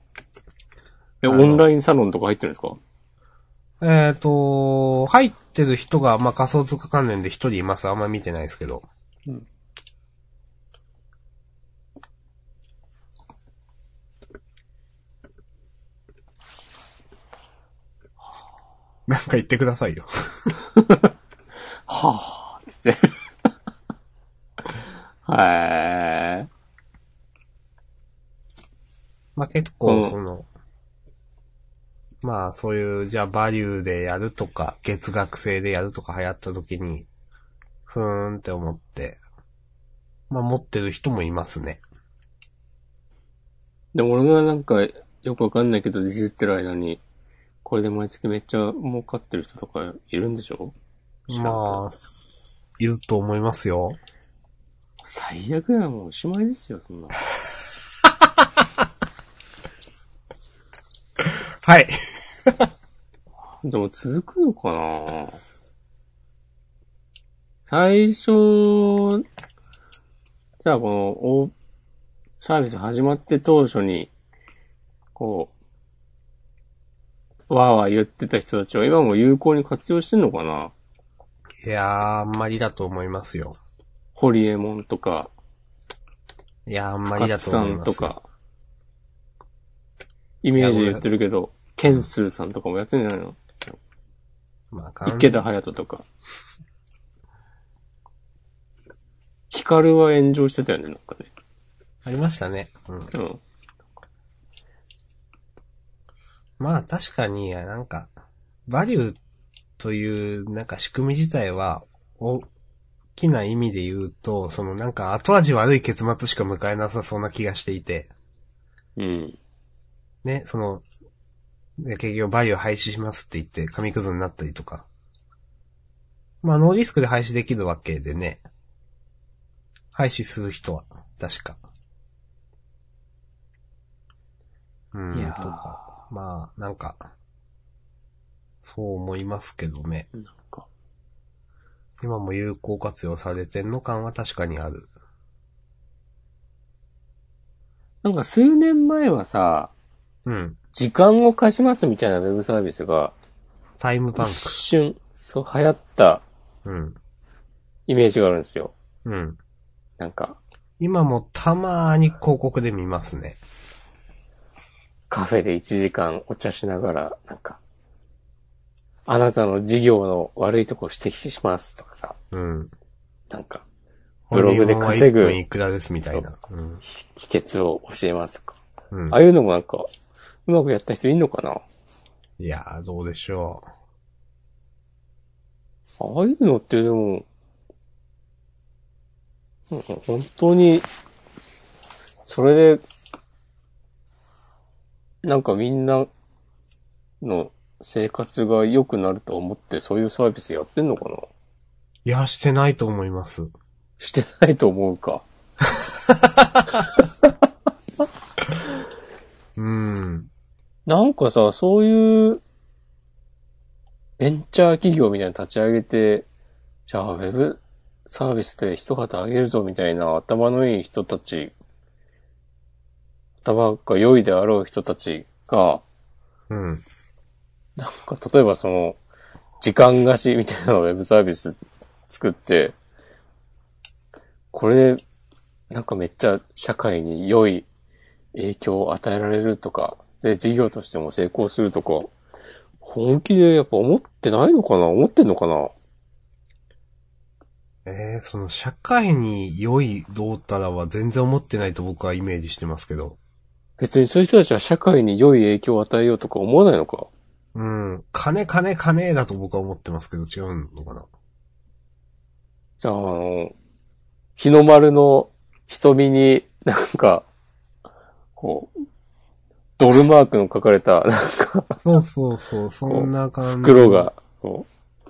S1: え、
S2: あ
S1: オ
S2: の
S1: ンラインサロンとか入ってるんですか
S2: えっ、と、入ってる人が、まあ、仮想通貨関連で一人います。あんま見てないですけど。
S1: うん
S2: なんか言ってくださいよ。
S1: はぁ、つって。 はい。
S2: まあ、結
S1: う
S2: 構、
S1: ん
S2: その、まあ、そういう、じゃあ、バリューでやるとか、月額制でやるとか流行った時に、ふーんって思って、まあ、持ってる人もいますね。
S1: でも俺がなんか、よくわかんないけど、ディスってる間に、これで毎月めっちゃ儲かってる人とかいるんでしょ
S2: まあ
S1: あ。、
S2: いると思いますよ。
S1: 最悪やな、もうおしまいですよ、そんな。
S2: はい。
S1: でも続くのかな最初、じゃあこの、お、サービス始まって当初に、こう、わーわー言ってた人たちは今も有効に活用してんのかない
S2: やー、あんまりだと思いますよ。
S1: ホリエモンとか、
S2: いやー、あんまり
S1: カ
S2: だ
S1: ツ
S2: と
S1: さ
S2: 思い
S1: ん
S2: ま
S1: と
S2: すよ。
S1: か、イメージで言ってるけど、ケンスーさんとかもやってんじゃないの
S2: まあ、完
S1: 池田隼人とか。ヒカルは炎上してたよね、なんかね。
S2: ありましたね。うん。
S1: うん。
S2: まあ、確かに、なんか、バリューという、なんか仕組み自体は、大きな意味で言うと、そのなんか後味悪い結末しか迎えなさそうな気がしていて、
S1: うん。
S2: ね、その、ね結局バリュー廃止しますって言って、紙くずになったりとか。まあ、ノーリスクで廃止できるわけでね。廃止する人は、確か。うん、
S1: いやー
S2: とか。まあ、なんか、そう思いますけどね。
S1: なんか、
S2: 今も有効活用されてんの感は確かにある。
S1: なんか数年前はさ、
S2: うん。
S1: 時間を貸しますみたいなウェブサービスが、
S2: タイムバン
S1: 一瞬、そう、流行った
S2: ク。うん。
S1: イメージがあるんですよ。
S2: うん。
S1: なんか、
S2: 今もたまーに広告で見ますね。
S1: カフェで1時間お茶しながら、なんか、あなたの事業の悪いとこを指摘しますとかさ、
S2: うん。
S1: なんか、ブログで稼ぐ
S2: ホリモンは一分いくらですみたいな。うん
S1: 秘訣を教えますか。
S2: うん
S1: ああいうのもなんか、うまくやった人いんのかない
S2: やー、どうでしょ
S1: ああいうのってでも、うん本当に、それで、なんかみんなの生活が良くなると思ってそういうサービスやってんのかな
S2: う。いや、してないと思います。
S1: してないと思うか。
S2: うん。
S1: なんかさ、そういう、ベンチャー企業みたいなの立ち上げて、じゃあウェブサービスで一旗あげるぞみたいな頭のいい人たち、頭が良いであろう人たちが、
S2: うん。
S1: なんか例えばその、時間貸しみたいなウェブサービス作って、これ、なんかめっちゃ社会に良い影響を与えられるとか、で、事業としても成功するとか、本気でやっぱ思ってないのかな思ってんのかな
S2: えー、その社会に良いどうたらは全然思ってないと僕はイメージしてますけど。
S1: 別にそういう人たちは社会に良い影響を与えようとか思わないのか
S2: うん。金金金だと僕は思ってますけど、違うの かな。
S1: じゃあ、あの、日の丸の瞳になんか、こう、ドルマークの書かれた、
S2: そうそうそう、そんな感じ。
S1: 黒。が、こう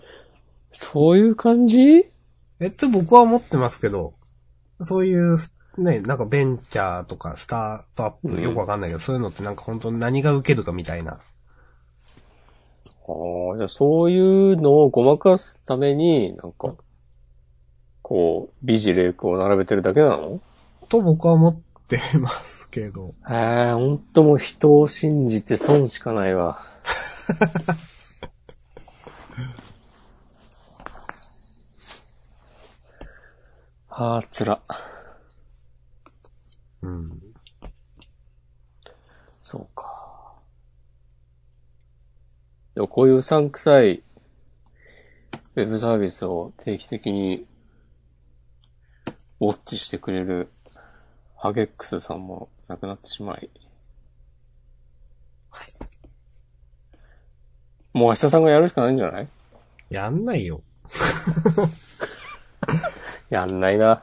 S1: そういう感じ
S2: えっと、僕は思ってますけど、そういう、ね、なんかベンチャーとかスタートアッ
S1: う
S2: プ、
S1: ん
S2: よくわかんないけど、そういうのってなんか本当に何が受けるかみたいな。
S1: ああ、じゃあそういうのをごまかすために、なんか、こう、美辞麗句を並べてるだけなの
S2: と僕は思ってますけど。
S1: ええ、ほんともう人を信じて損しかないわ。ああ、つら。
S2: うん。
S1: そうか。でもこういううさんくさいウェブサービスを定期的にウォッチしてくれるハゲックスさんも亡くなってしまい。はい。もう明日さんがやるしかないんじゃない
S2: やんないよ。
S1: やんないな。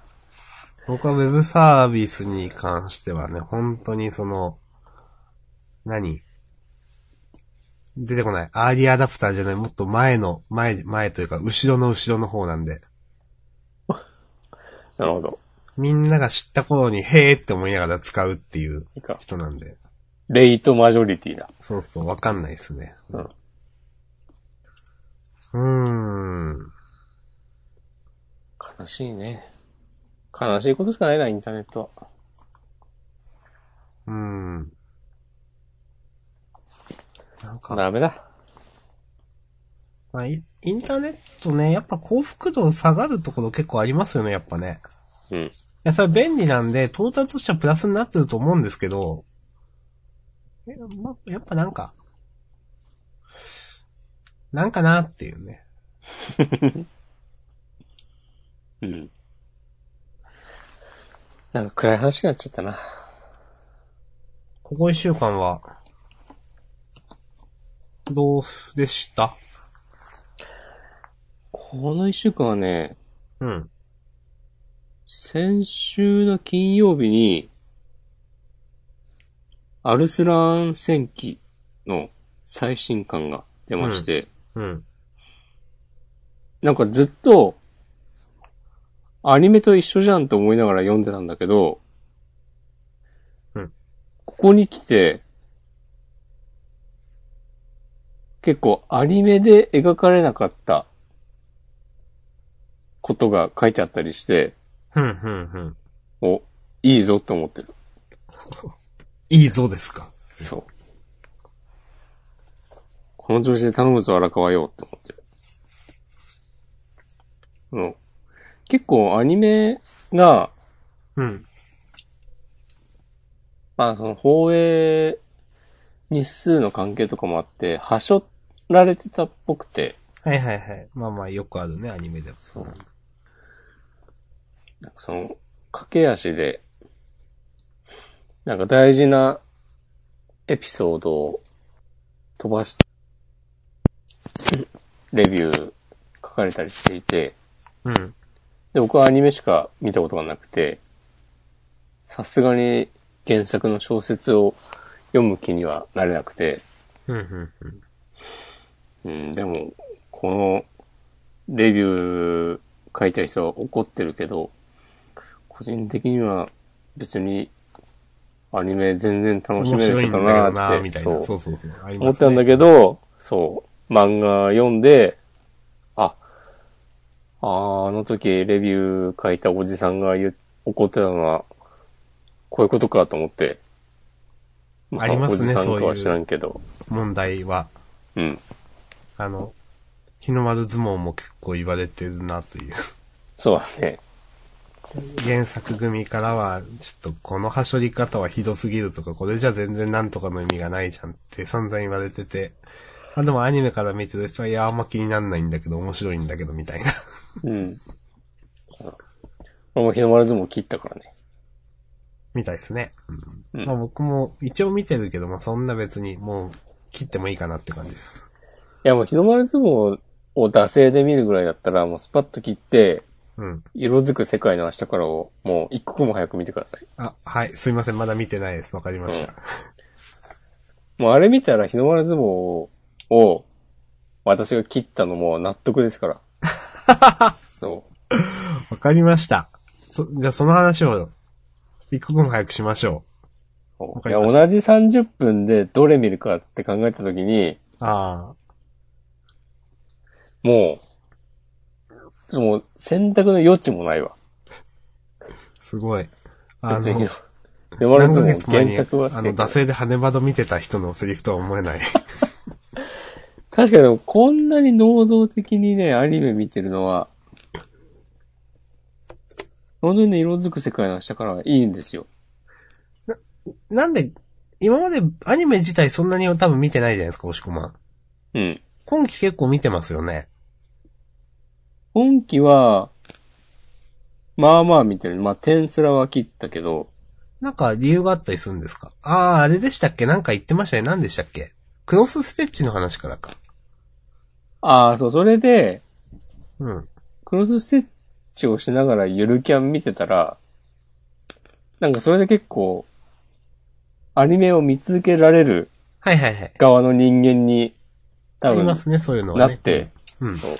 S2: 僕はウェブサービスに関してはね、本当にその、何出てこない。アーリーアダプターじゃない、もっと前の、前、前というか、後ろの後ろの方なんで。
S1: なるほど。
S2: みんなが知った頃に、へーって思いながら使うっていう
S1: いいか。
S2: 人なんで。
S1: レイトマジョリティだ。
S2: そうそう、わかんないですね。
S1: うん。
S2: うーん。
S1: 悲しいね。悲しいことしかないな、インターネットは。
S2: うーん。なんか、
S1: ダメだ。
S2: まあ、イインターネットね、やっぱ幸福度下がるところ結構ありますよね、やっぱね。
S1: うん。
S2: いや、それ便利なんで、到達としてはプラスになってると思うんですけど、えま、やっぱなんか、なんかなっていうね。
S1: うん。なんか暗い話になっちゃったな。
S2: ここ一週間は、どうでした
S1: この一週間はね、
S2: うん。
S1: 先週の金曜日に、アルスラン戦記の最新刊が出まして、
S2: うん。
S1: なんかずっと、アニメと一緒じゃんと思いながら読んでたんだけど、
S2: うん
S1: ここに来て、結構アニメで描かれなかったことが書いてあったりして、
S2: ふんふんふん。
S1: お、いいぞと思ってる。
S2: いいぞですか。
S1: そう。この調子で頼むぞ、荒川よ、って思ってる。うん。結構アニメが、
S2: うん。
S1: まあ、その放映日数の関係とかもあって、はしょられてたっぽくて、
S2: はいはいはい。まあまあよくあるね、アニメでも。
S1: そう。なんかその、駆け足で、なんか大事なエピソードを飛ばし、レビュー書かれたりしていて、
S2: うん。
S1: で、僕はアニメしか見たことがなくて、さすがに原作の小説を読む気にはなれなくて、
S2: うん、うん、
S1: う
S2: うん。
S1: ん、でも、この、レビュー書いた人は怒ってるけど、個人的には別に、アニメ全然楽し
S2: 面
S1: め
S2: 白い
S1: る
S2: ん
S1: こ
S2: だ
S1: とだ
S2: けど
S1: な
S2: な
S1: って、
S2: みたい
S1: そ
S2: な。
S1: う
S2: そうそうそう。あり
S1: 思
S2: ま
S1: っ
S2: すね
S1: たんだけど、そう、漫画読んで、あ、あーあの時レビュー書いたおじさんが言う怒ってたのは、こういうことかと思って、
S2: あります
S1: おじさ
S2: ね
S1: んか
S2: そうい
S1: は
S2: う
S1: 知らんけど、
S2: 問題は、
S1: うん。
S2: あの、日の丸相撲も結構言われてるなという。
S1: そうだね。
S2: 原作組からは、ちょっとこの端折り方はひどすぎるとか、これじゃ全然なんとかの意味がないじゃんって散々言われてて。まあでもアニメから見てる人は、いや、あんま気になんないんだけど、面白いんだけど、みたいな。
S1: うん。俺も日の丸相撲切ったからね。
S2: みたいですね。うん
S1: うん
S2: まあ僕も一応見てるけど、まあそんな別にもう切ってもいいかなって感じです。
S1: いやもう日の丸相撲を惰性で見るぐらいだったら、もうスパッと切って、
S2: うん。
S1: 色づく世界の明日からをもう一刻も早く見てください。
S2: あ、はい。すいません。まだ見てないです。わかりました。
S1: もうあれ見たら日の丸相撲を、を私が切ったのも納得ですから。 そ
S2: わかりました。そ、じゃあその話を、一刻も早くしましょわ
S1: う。
S2: か
S1: いや
S2: りました
S1: 同じ30分でどれ見るかって考えたときに、
S2: う。あ
S1: もう、もう選択の余地もないわ。
S2: あ、すごい。あ
S1: 別に
S2: の、。
S1: 日の丸
S2: 何ヶ
S1: 相撲
S2: 月前
S1: 原
S2: に、あ
S1: 作は正
S2: の、
S1: 解
S2: 惰性で羽窓見てた人のセリフとは思えない。
S1: 確かにでもこんなに能動的にね、アニメ見てるのは、本当にね、色づく世界の明日からはいいんですよ。
S2: なんで、今までアニメ自体そんなに多分見てないじゃないですか、押し込まん。
S1: うん。
S2: 今期結構見てますよね。
S1: 今期は、まあまあ見てる。まあ、天すらは切ったけど、
S2: なんか理由があったりするんですかああ、あれでしたっけなんか言ってましたね。何でしたっけクロスステッチの話からか。
S1: ああ、そう、それで、
S2: うん。
S1: クロスステッチをしながらゆるキャン見てたら、なんかそれで結構、アニメを見続けられる
S2: はいはいはい。
S1: 側の人間に、
S2: あ
S1: 多
S2: り
S1: 分、
S2: ますね、そういうのは
S1: な
S2: ね。
S1: って、
S2: うん。
S1: そう。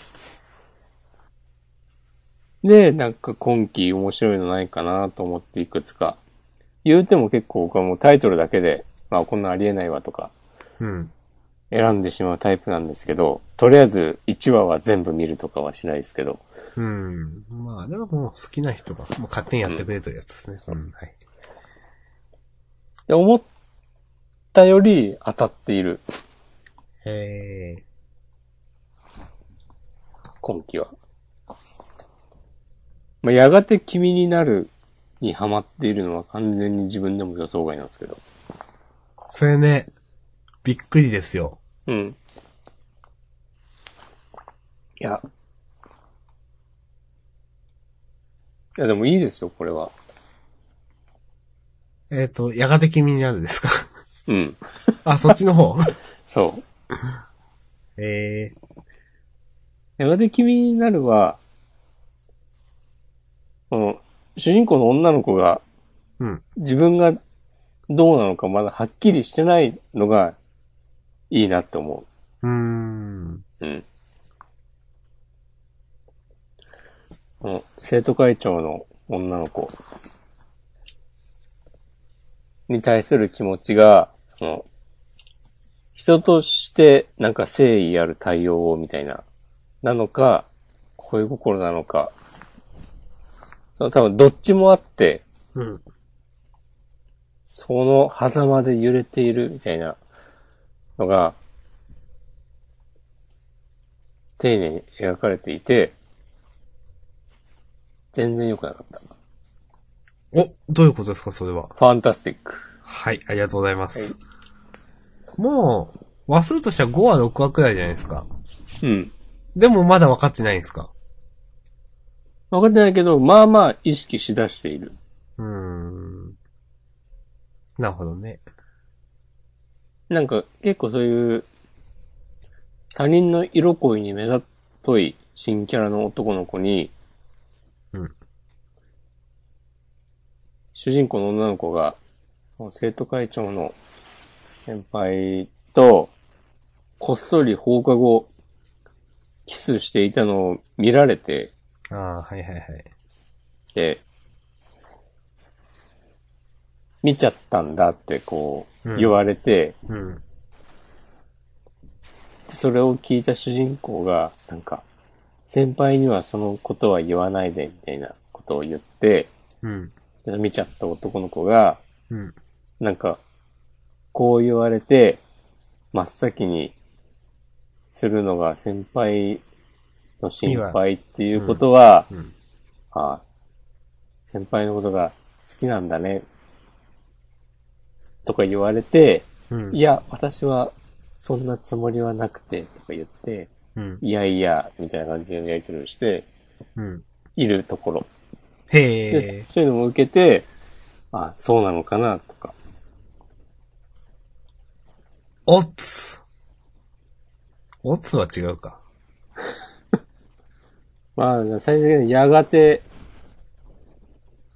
S1: で、なんか今期面白いのないかなと思っていくつか。言うても結構僕はもうタイトルだけで、まあこんなんありえないわとか、
S2: うん。
S1: 選んでしまうタイプなんですけど、とりあえず1話は全部見るとかはしないですけど。
S2: うん。まあ、あれはもう好きな人が、もう勝手にやってくれというやつですね。うん。はい。
S1: で、思ったより当たっている、
S2: へえ。
S1: 今期は。まあやがて君になるにハマっているのは完全に自分でも予想外なんですけど。
S2: それね、びっくりですよ。
S1: うん。いや。いや、でもいいですよ、これは。
S2: えっ、と、やがて君になるですか
S1: うん。
S2: あ、そっちの 方。
S1: そう。
S2: ええ
S1: やがて君になるは、この、主人公の女の子が、
S2: うん。
S1: 自分がどうなのかまだはっきりしてないのが、いいなって思
S2: うーん。
S1: う。うん。この、生徒会長の女の子に対する気持ちが、その、人としてなんか誠意ある対応をみたいな、なのか、恋心なのか、その多分どっちもあって、
S2: うん。
S1: その狭間で揺れているみたいなのが、丁寧に描かれていて、全然良くなかった。フ
S2: お、どういうことですか、それは。
S1: ァンタスティック。
S2: はい、ありがとうございます。もう、話数としては5話、6話くらいじゃないですか。
S1: うん。
S2: でもまだ分かってないんですか
S1: 分かってないけど、まあまあ意識しだしている。
S2: うーん。なるほどね。
S1: なんか結構そういう、他人の色恋に目ざっとい新キャラの男の子に、
S2: うん
S1: 主人公の女の子が、その生徒会長の先輩と、こっそり放課後、キスしていたのを見られて、
S2: ああ、はいはいはい。
S1: で、見ちゃったんだってこ
S2: う
S1: うん言われて、
S2: うん。
S1: それを聞いた主人公が、なんか、先輩にはそのことは言わないで、みたいなことを言って、
S2: うん。
S1: 見ちゃった男の子が、
S2: うん。
S1: なんか、こう言われて、真っ先にするのが先輩の心配っていうことは、
S2: うん。
S1: ああ先輩のことが好きなんだね、とか言われて、
S2: うん。
S1: いや、私はそんなつもりはなくて、とか言って、
S2: うん。
S1: いやいや、みたいな感じのやり取りをして
S2: うん。
S1: いるところ。
S2: へ
S1: で
S2: え。
S1: そういうのも受けて、あ、そうなのかな、とか。
S2: おつ。おつは違うか。
S1: まあ、最終的にやがて、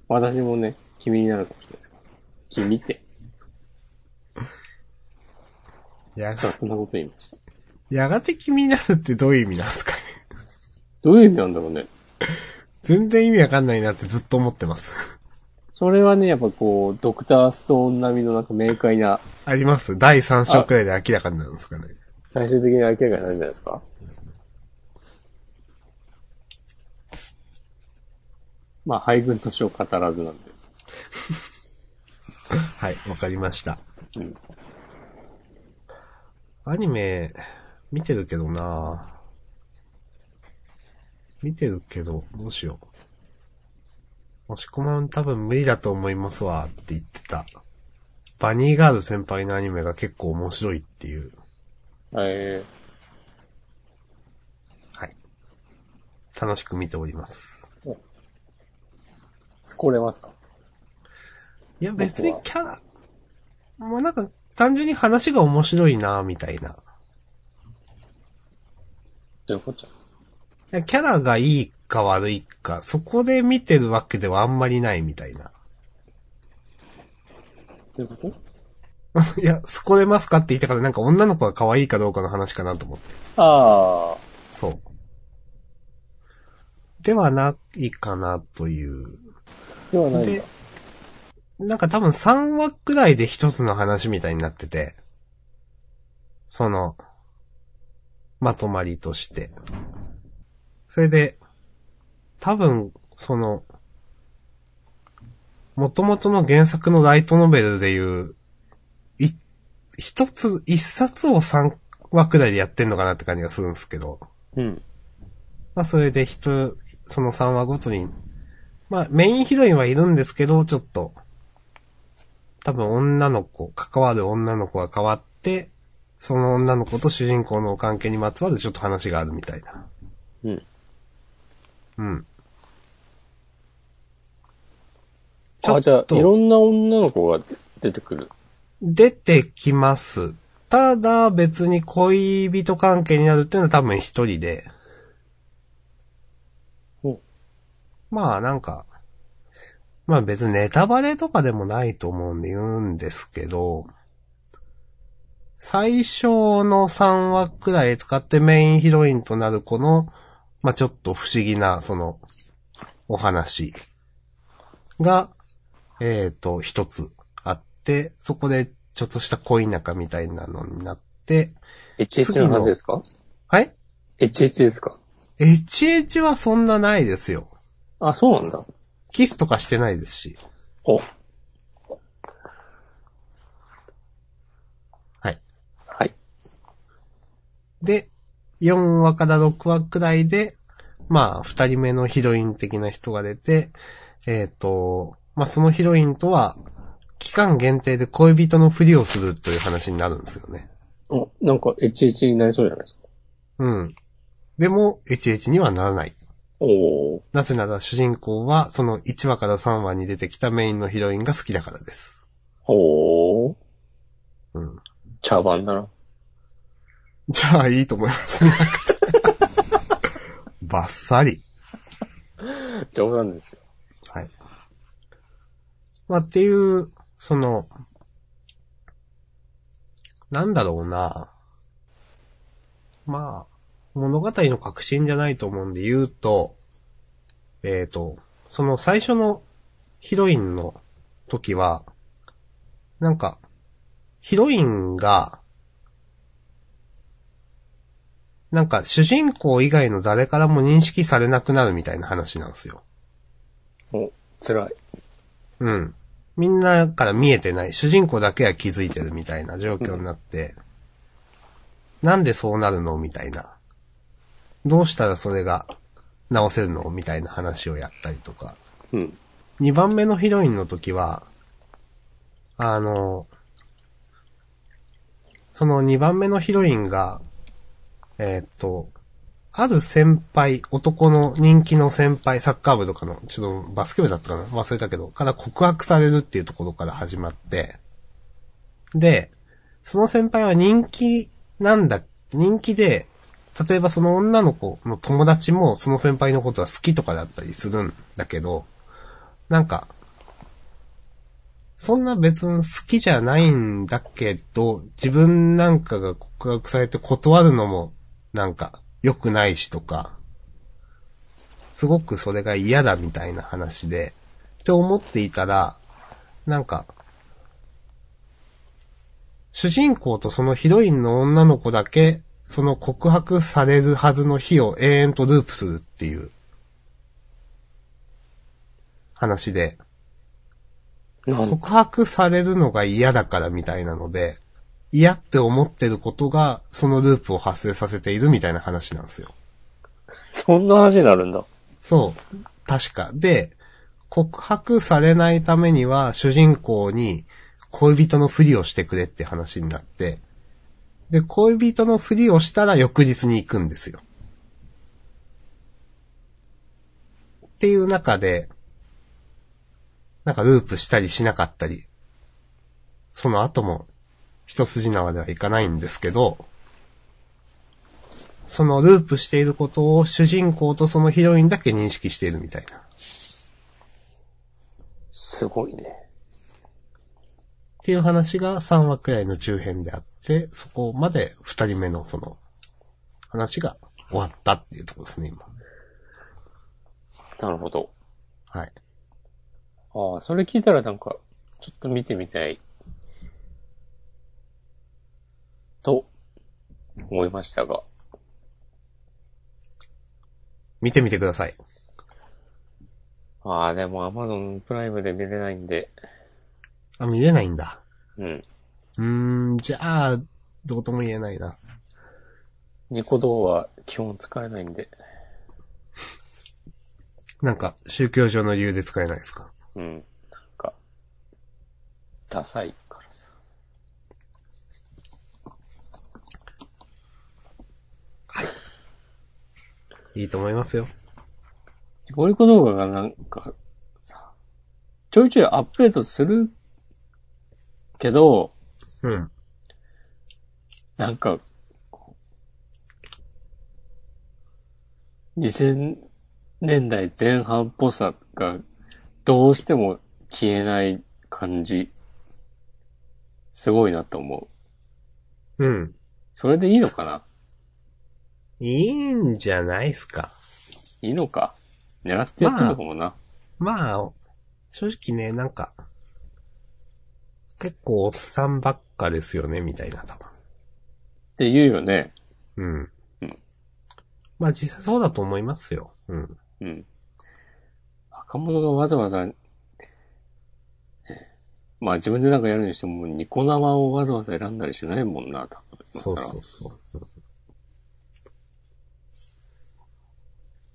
S1: 私もね、君になるかもしれないですから。君って、
S2: やが、
S1: そんなこと言いました。
S2: やがて君になるってどういう意味なんですかね。
S1: どういう意味なんだろうね。
S2: 全然意味わかんないなってずっと思ってます。
S1: それはね、やっぱこう、ドクターストーン並みのなんか明快な、
S2: あります第3章くらいで明らかになるんですかね。
S1: 最終的に明らかになるんじゃないですかまあ、敗軍の死を語らずなんで。
S2: はい、わかりました。
S1: うん
S2: アニメ、見てるけどな見てるけど、どうしよう。押し込まん多分無理だと思いますわって言ってた。バニーガール先輩のアニメが結構面白いっていう。
S1: え
S2: はい。楽しく見ております。
S1: ー、これますか
S2: いや別にキャラ、まあ、なんか単純に話が面白いなみたいな。
S1: どういうこと
S2: いやキャラがいいか悪いか、そこで見てるわけではあんまりないみたいな。
S1: どういうこと
S2: いや、そこでますかって言ったからなんか女の子が可愛いかどうかの話かなと思って。
S1: ああ、
S2: そう。ではないかなという。
S1: ではないん
S2: で
S1: だ。、
S2: なんか多分3話くらいで一つの話みたいになってて、その、まとまりとして。それで、多分、その、元々の原作のライトノベルでいう、い、一つ、一冊を3話くらいでやってんのかなって感じがするんですけど。
S1: うん。
S2: まあ、それで人、その3話ごとに、まあ、メインヒロインはいるんですけど、ちょっと、多分女の子、関わる女の子が変わって、その女の子と主人公の関係にまつわるちょっと話があるみたいな。
S1: うん。
S2: うん。ちょ
S1: あ、
S2: っと
S1: じゃあ、いろんな女の子が出てくる。
S2: 出てきます。ただ、別に恋人関係になるっていうのは多分一人で。
S1: お
S2: まあなんか、まあ別にネタバレとかでもないと思うんで言うんですけど、最初の3話くらい使ってメインヒロインとなる子の、まあちょっと不思議な、その、お話が、えっ、と、一つあって、そこでちょっとした恋仲みたいなのになって、
S1: HH の話ですか
S2: はい
S1: ?HH ですか
S2: ?HH はそんなないですよ。
S1: あ、そうなんだ。
S2: キスとかしてないですし。
S1: お。
S2: はい。
S1: はい。
S2: で、4話から6話くらいで、まあ、二人目のヒロイン的な人が出て、えっ、と、まあそのヒロインとは、期間限定で恋人のふりをするという話になるんですよね。
S1: お、なんか HH になりそうじゃないですか。
S2: うん。でも、HH にはならない。
S1: おー。
S2: なぜなら主人公はその1話から3話に出てきたメインのヒロインが好きだからです。
S1: おー。
S2: うん。
S1: 茶番だな。
S2: じゃあいいと思います。なくてバッサリ。
S1: 冗談ですよ。
S2: はい。まあ、っていう、その、なんだろうな。まあ、物語の核心じゃないと思うんで言うと、えっ、と、その最初のヒロインの時は、なんか、ヒロインが、なんか主人公以外の誰からも認識されなくなるみたいな話なんですよ。
S1: お、辛い。
S2: うん。みんなから見えてない。主人公だけは気づいてるみたいな状況になって、なんでそうなるのみたいな。どうしたらそれが直せるのみたいな話をやったりとか。
S1: うん。
S2: 2番目のヒロインの時は、あの、その2番目のヒロインが、えーっと、ある先輩、男の人気の先輩、サッカー部とかの、ちょっとバスケ部だったかな忘れたけど、から告白されるっていうところから始まって、で、その先輩は人気なんだ、人気で、例えばその女の子の友達もその先輩のことは好きとかだったりするんだけど、なんか、そんな別に好きじゃないんだけど、自分なんかが告白されて断るのも、なんか、良くないしとか、すごくそれが嫌だみたいな話で、って思っていたら、なんか、主人公とそのヒロインの女の子だけ、その告白されるはずの日を永遠とループするっていう、話で、
S1: なん、
S2: 告白されるのが嫌だからみたいなので、嫌って思ってることが、そのループを発生させているみたいな話なんですよ。
S1: そんな話になるんだ。
S2: そう。確か。で、告白されないためには、主人公に恋人のふりをしてくれって話になって、で、恋人のふりをしたら翌日に行くんですよ。っていう中で、なんかループしたりしなかったり、その後も一筋縄ではいかないんですけど、そのループしていることを主人公とそのヒロインだけ認識しているみたいな。
S1: すごいね。
S2: っていう話が3話くらいの中編であって、そこまで2人目のその話が終わったっていうところですね、今。
S1: なるほど。
S2: はい。
S1: ああ、それ聞いたらなんか、ちょっと見てみたい。と、思いましたが。
S2: 見てみてください。
S1: ああ、でも Amazon プライムで見れないんで、
S2: あ、見れないんだ。
S1: うん。
S2: うーん、じゃあ、どうとも言えないな。
S1: ニコ動は基本使えないんで、
S2: なんか、宗教上の理由で使えないですか
S1: うん。なんか、ダサいからさ。
S2: いいと思いますよ。
S1: ゴリコ動画がなんかさ、ちょいちょいアップデートするけど、
S2: うん。
S1: なんか、2000年代前半っぽさがどうしても消えない感じ、すごいなと思う。
S2: うん。
S1: それでいいのかない
S2: いんじゃないですか。
S1: いいのか狙ってやってるのかもな。
S2: まあ、正直ね、なんか、結構おっさんばっかですよね、みたいな、多分。
S1: って言うよね。
S2: うん。
S1: うん
S2: まあ実際そうだと思いますよ。うん。
S1: うん。若者がわざわざ、ねまあ自分でなんかやるにしても、ニコ生をわざわざ選んだりしないもんな、多分。
S2: そう
S1: 今
S2: そ
S1: 更
S2: うそう。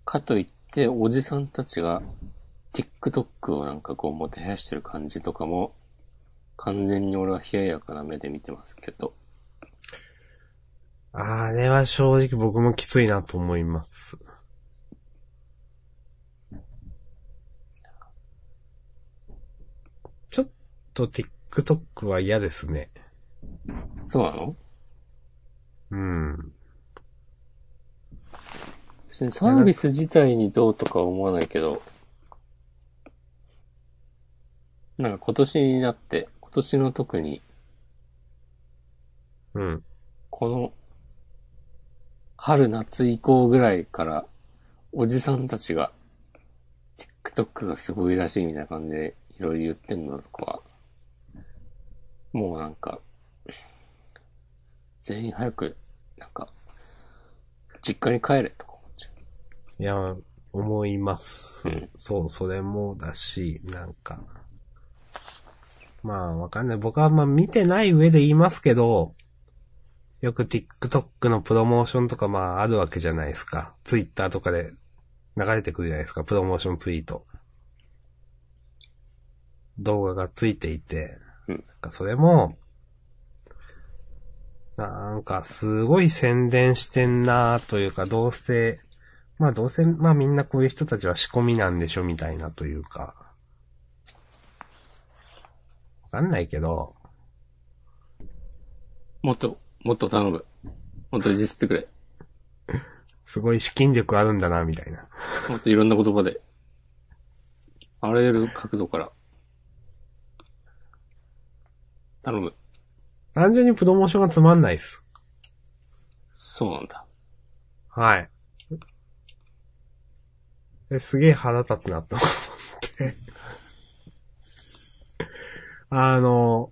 S1: かといって、おじさんたちが、TikTok をなんかこう、もてはやしてる感じとかも、完全に俺は冷ややかな目で見てますけど。
S2: あれは正直僕もきついなと思います。と TikTok は嫌ですね。
S1: そうなの
S2: うん。
S1: 別にサービス自体にどうとかは思わないけど、なんか今年になって、今年の特に、
S2: うん。
S1: この、春夏以降ぐらいから、おじさんたちが、TikTok がすごいらしいみたいな感じで、いろいろ言ってんのとかは、もうなんか、全員早く、なんか、実家に帰れとか思っちゃう。
S2: いや、思います。
S1: うん
S2: そう、それもだし、なんか。まあ、わかんない。僕はあんま見てない上で言いますけど、よく TikTok のプロモーションとかまああるわけじゃないですか。Twitter とかで流れてくるじゃないですか。プロモーションツイート。動画がついていて。
S1: うん
S2: なんかそれも、なんかすごい宣伝してんなというか、どうせ、まあどうせ、まあみんなこういう人たちは仕込みなんでしょみたいなというか。わかんないけど、
S1: もっと、もっと頼む。もっと実ってくれ。
S2: すごい資金力あるんだなみたいな。
S1: もっといろんな言葉で。あらゆる角度から。頼む。
S2: 単純にプロモーションがつまんないっす。
S1: そうなんだ。
S2: はい。ですげえ腹立つなと思って。 あの、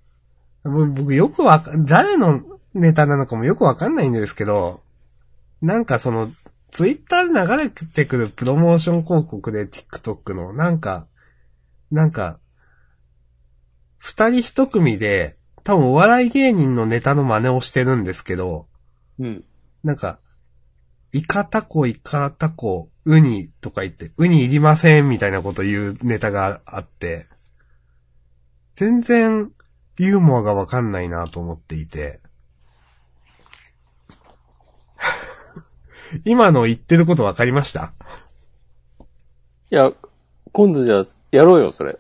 S2: ぼ僕よくわか、誰のネタなのかもよくわかんないんですけど、なんかその、ツイッターで流れてくるプロモーション広告で TikTok の、なんか、なんか、二人一組で、多分お笑い芸人のネタの真似をしてるんですけど、
S1: うん。
S2: なんか、イカタコ、イカタコ、ウニとか言って、ウニいりませんみたいなこと言うネタがあって、全然ユーモアがわかんないなと思っていて、 今の言ってることわかりました
S1: いや、今度じゃあ、やろうよ、それ。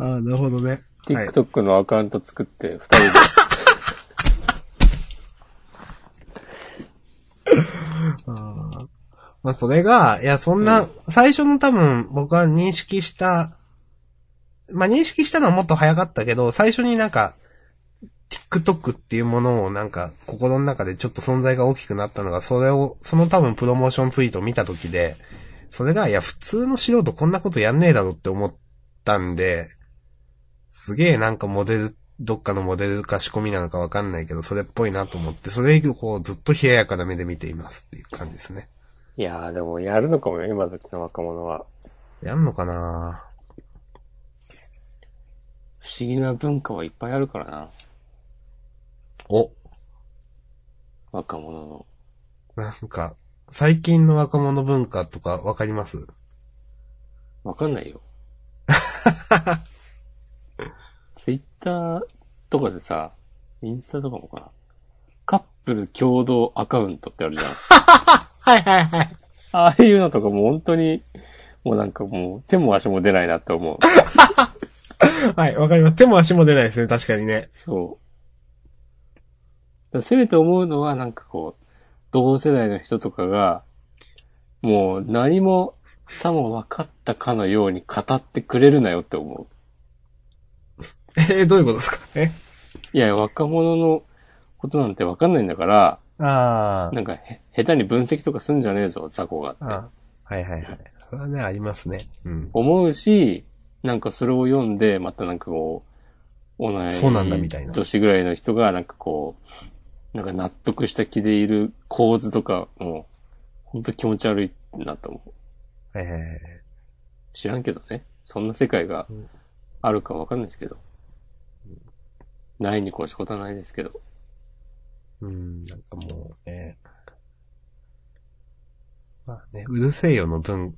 S2: ああ、なるほどね。はい。
S1: TikTok のアカウント作って、二人
S2: まあそれが、いやそんな、最初の多分僕は認識した、まあ認識したのはもっと早かったけど、最初になんか、TikTok っていうものをなんか心の中でちょっと存在が大きくなったのが、それを、その多分プロモーションツイートを見た時で、それが、いや普通の素人こんなことやんねえだろって思ったんで、すげえなんかモデル、どっかのモデルか仕込みなのかわかんないけど、それっぽいなと思って、それ以降こうずっと冷ややかな目で見ていますっていう感じですね。
S1: で。いやー、でもやるのかもよ、今時の若者は。
S2: やんのかな
S1: 不思議な文化はいっぱいあるからな。
S2: お、
S1: 若者の。
S2: なんか、最近の若者文化とかわかります
S1: わかんない よ。ツイッターとかでさ、インスタとかもかな。カップル共同アカウントってある じゃん。
S2: はいはいはい。
S1: ああいうのとかもう本当に、もうなんかもう手も足も出ないなって思う。
S2: はい、わかります。手も足も出ないですね、確かにね。
S1: そう。だからせめて思うのはなんかこう、同世代の人とかが、もう何もさも分かったかのように語ってくれるなよって思う。
S2: えー、どういうことですかえ
S1: いや、若者のことなんて分かんないんだから、
S2: あー
S1: なんかへ、下手に分析とかすんじゃねえぞ、雑魚がって。
S2: あ。はいはいはい。それはね、ありますね。うん。
S1: 思うし、なんかそれを読んで、またなんかこう、同じ
S2: そうなんだみたいな
S1: 年ぐらいの人が、なんかこう、なんか納得した気でいる構図とか、もう、ほんと気持ち悪いなと思う。
S2: はいはいはい。
S1: 知らんけどね。そんな世界が
S2: うん
S1: あるかわかんないですけど。ないに越したことはないですけど。
S2: うん、なんかもうね。まあね、うるせえよの文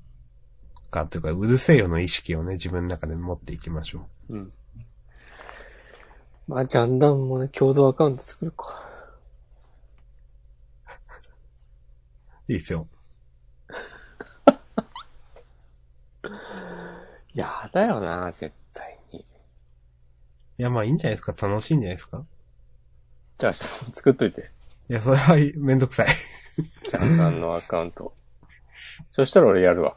S2: 化というか、うるせえよの意識をね、自分の中で持っていきましょう。
S1: うん。まあ、ジャンダンもね、共同アカウント作るか。
S2: いいっすよ。
S1: やだよな、絶対に。
S2: いや、まあいいんじゃないですか楽しいんじゃないですか
S1: じゃあ、作っといて。
S2: いや、それはめんどくさい。
S1: ジャンさんのアカウント。そしたら俺やるわ。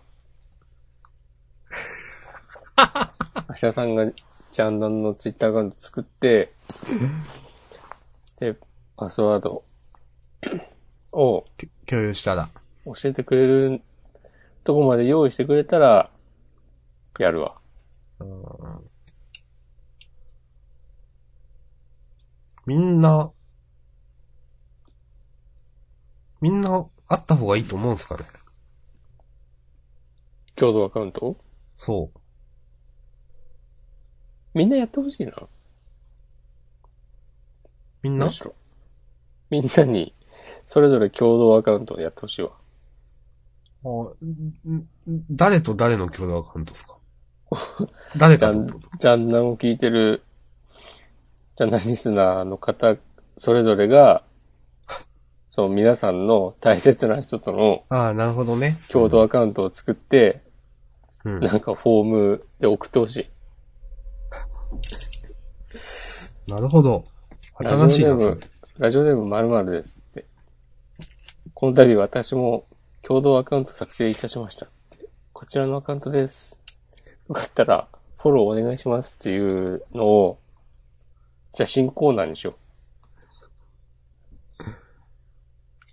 S1: 明日さんがジャンダンのツイッターアカウント作って、で、パスワード を
S2: 共有したら。
S1: 教えてくれるとこまで用意してくれたら、やるわ。
S2: みんな、みんなあった方がいいと思うんすかね
S1: 共同アカウント
S2: そ
S1: みんなやってほしいな。
S2: う。みんな
S1: むしろ。みんなに、それぞれ共同アカウントをやってほしいわ。
S2: あんん誰と誰の共同アカウントですか 誰
S1: ジ
S2: か
S1: ャ
S2: とっ
S1: ン
S2: てこと、
S1: ジャンナンを聞いてる、ジャンナンリスナーの方、それぞれが、その皆さんの大切な人との
S2: ああ、なるほどね。
S1: 共同アカウントを作って、
S2: うん。
S1: なんかフォームで送ってほしい。
S2: なるほど。新しい
S1: ラジオ
S2: な、そ
S1: ネー
S2: れ
S1: ム。、ラジオネーム〇〇ですって。この度私も共同アカウント作成いたしましたっつって。こちらのアカウントです。よかったらフォローお願いしますっていうのを、じゃあ新コーナーにしよう。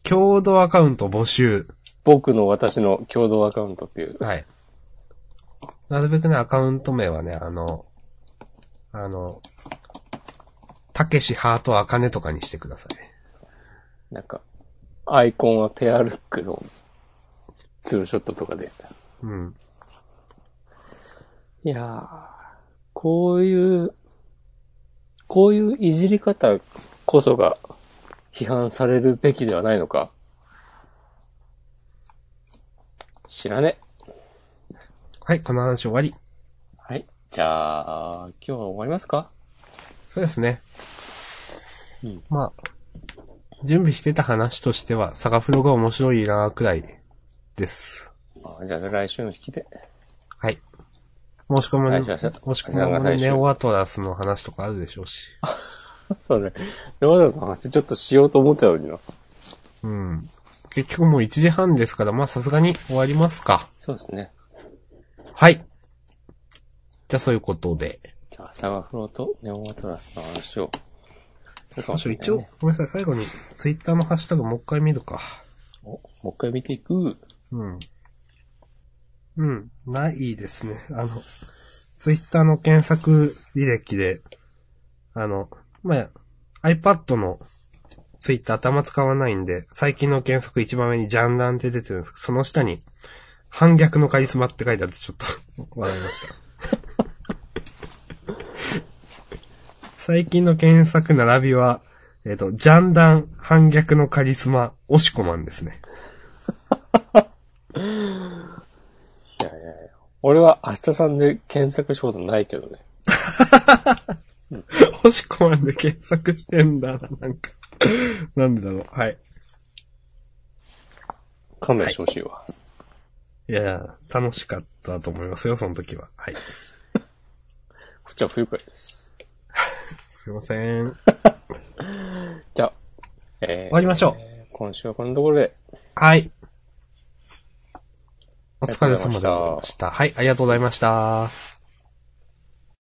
S2: 共同アカウント募集。
S1: 僕の私の共同アカウントっていう。
S2: はい。なるべくね、アカウント名はね、あの、あの、たけしハートあかねとかにしてください。
S1: なんか、アイコンはペアルックのツーショットとかで。
S2: うん。
S1: いやー、こういう、こういういじり方こそが批判されるべきではないのか。知らね。
S2: はい、この話終わり。
S1: はい。じゃあ、今日は終わりますか
S2: そうですね。
S1: うん
S2: まあ、準備してた話としては、サガフロが面白いなーくらいです。
S1: あじゃあ、来週の引きで。
S2: はい。申し込み
S1: は
S2: の、
S1: いじゃあ
S2: 申
S1: じゃあ
S2: し込み
S1: じゃあ
S2: の
S1: 来週
S2: ネオアトラスの話とかあるでしょうし。
S1: そうね。山田さんの話ちょっとしようと思ってたのにな。
S2: うん。結局もう1時半ですから、まあさすがに終わりますか。
S1: そうですね。
S2: はい。じゃあそういうことで。
S1: じゃあ、サガフローとネオマトラスの話を。そうかもしれないね
S2: 一応、ごめんなさい、最後に、ツイッターのハッシュタグもう一回見るか。
S1: おもう一回見ていく。
S2: うん。うん。ないですね。あの、ツイッターの検索履歴で、あの、まあ、iPad のツイッター頭使わないんで、最近の検索一番上にジャンダンって出てるんですけど、その下に、反逆のカリスマって書いてあってちょっと 笑いました。最近の検索並びは、えっ、と、ジャンダン、反逆のカリスマ、オシコマンですね。
S1: いやいやいや。俺は明日さんで検索したことないけどね。
S2: 押し込まんで検索してんだな、なんか。なんでだろう。はい。
S1: 勘弁してほしいわ。
S2: いやー、楽しかったと思いますよ、その時は。はい。
S1: こっちは不愉快です。
S2: すいません。終
S1: じゃあ、えー
S2: わりましょう。
S1: 今週はこのところで、
S2: はい。お疲れ様でございました。はい、ありがとうございました。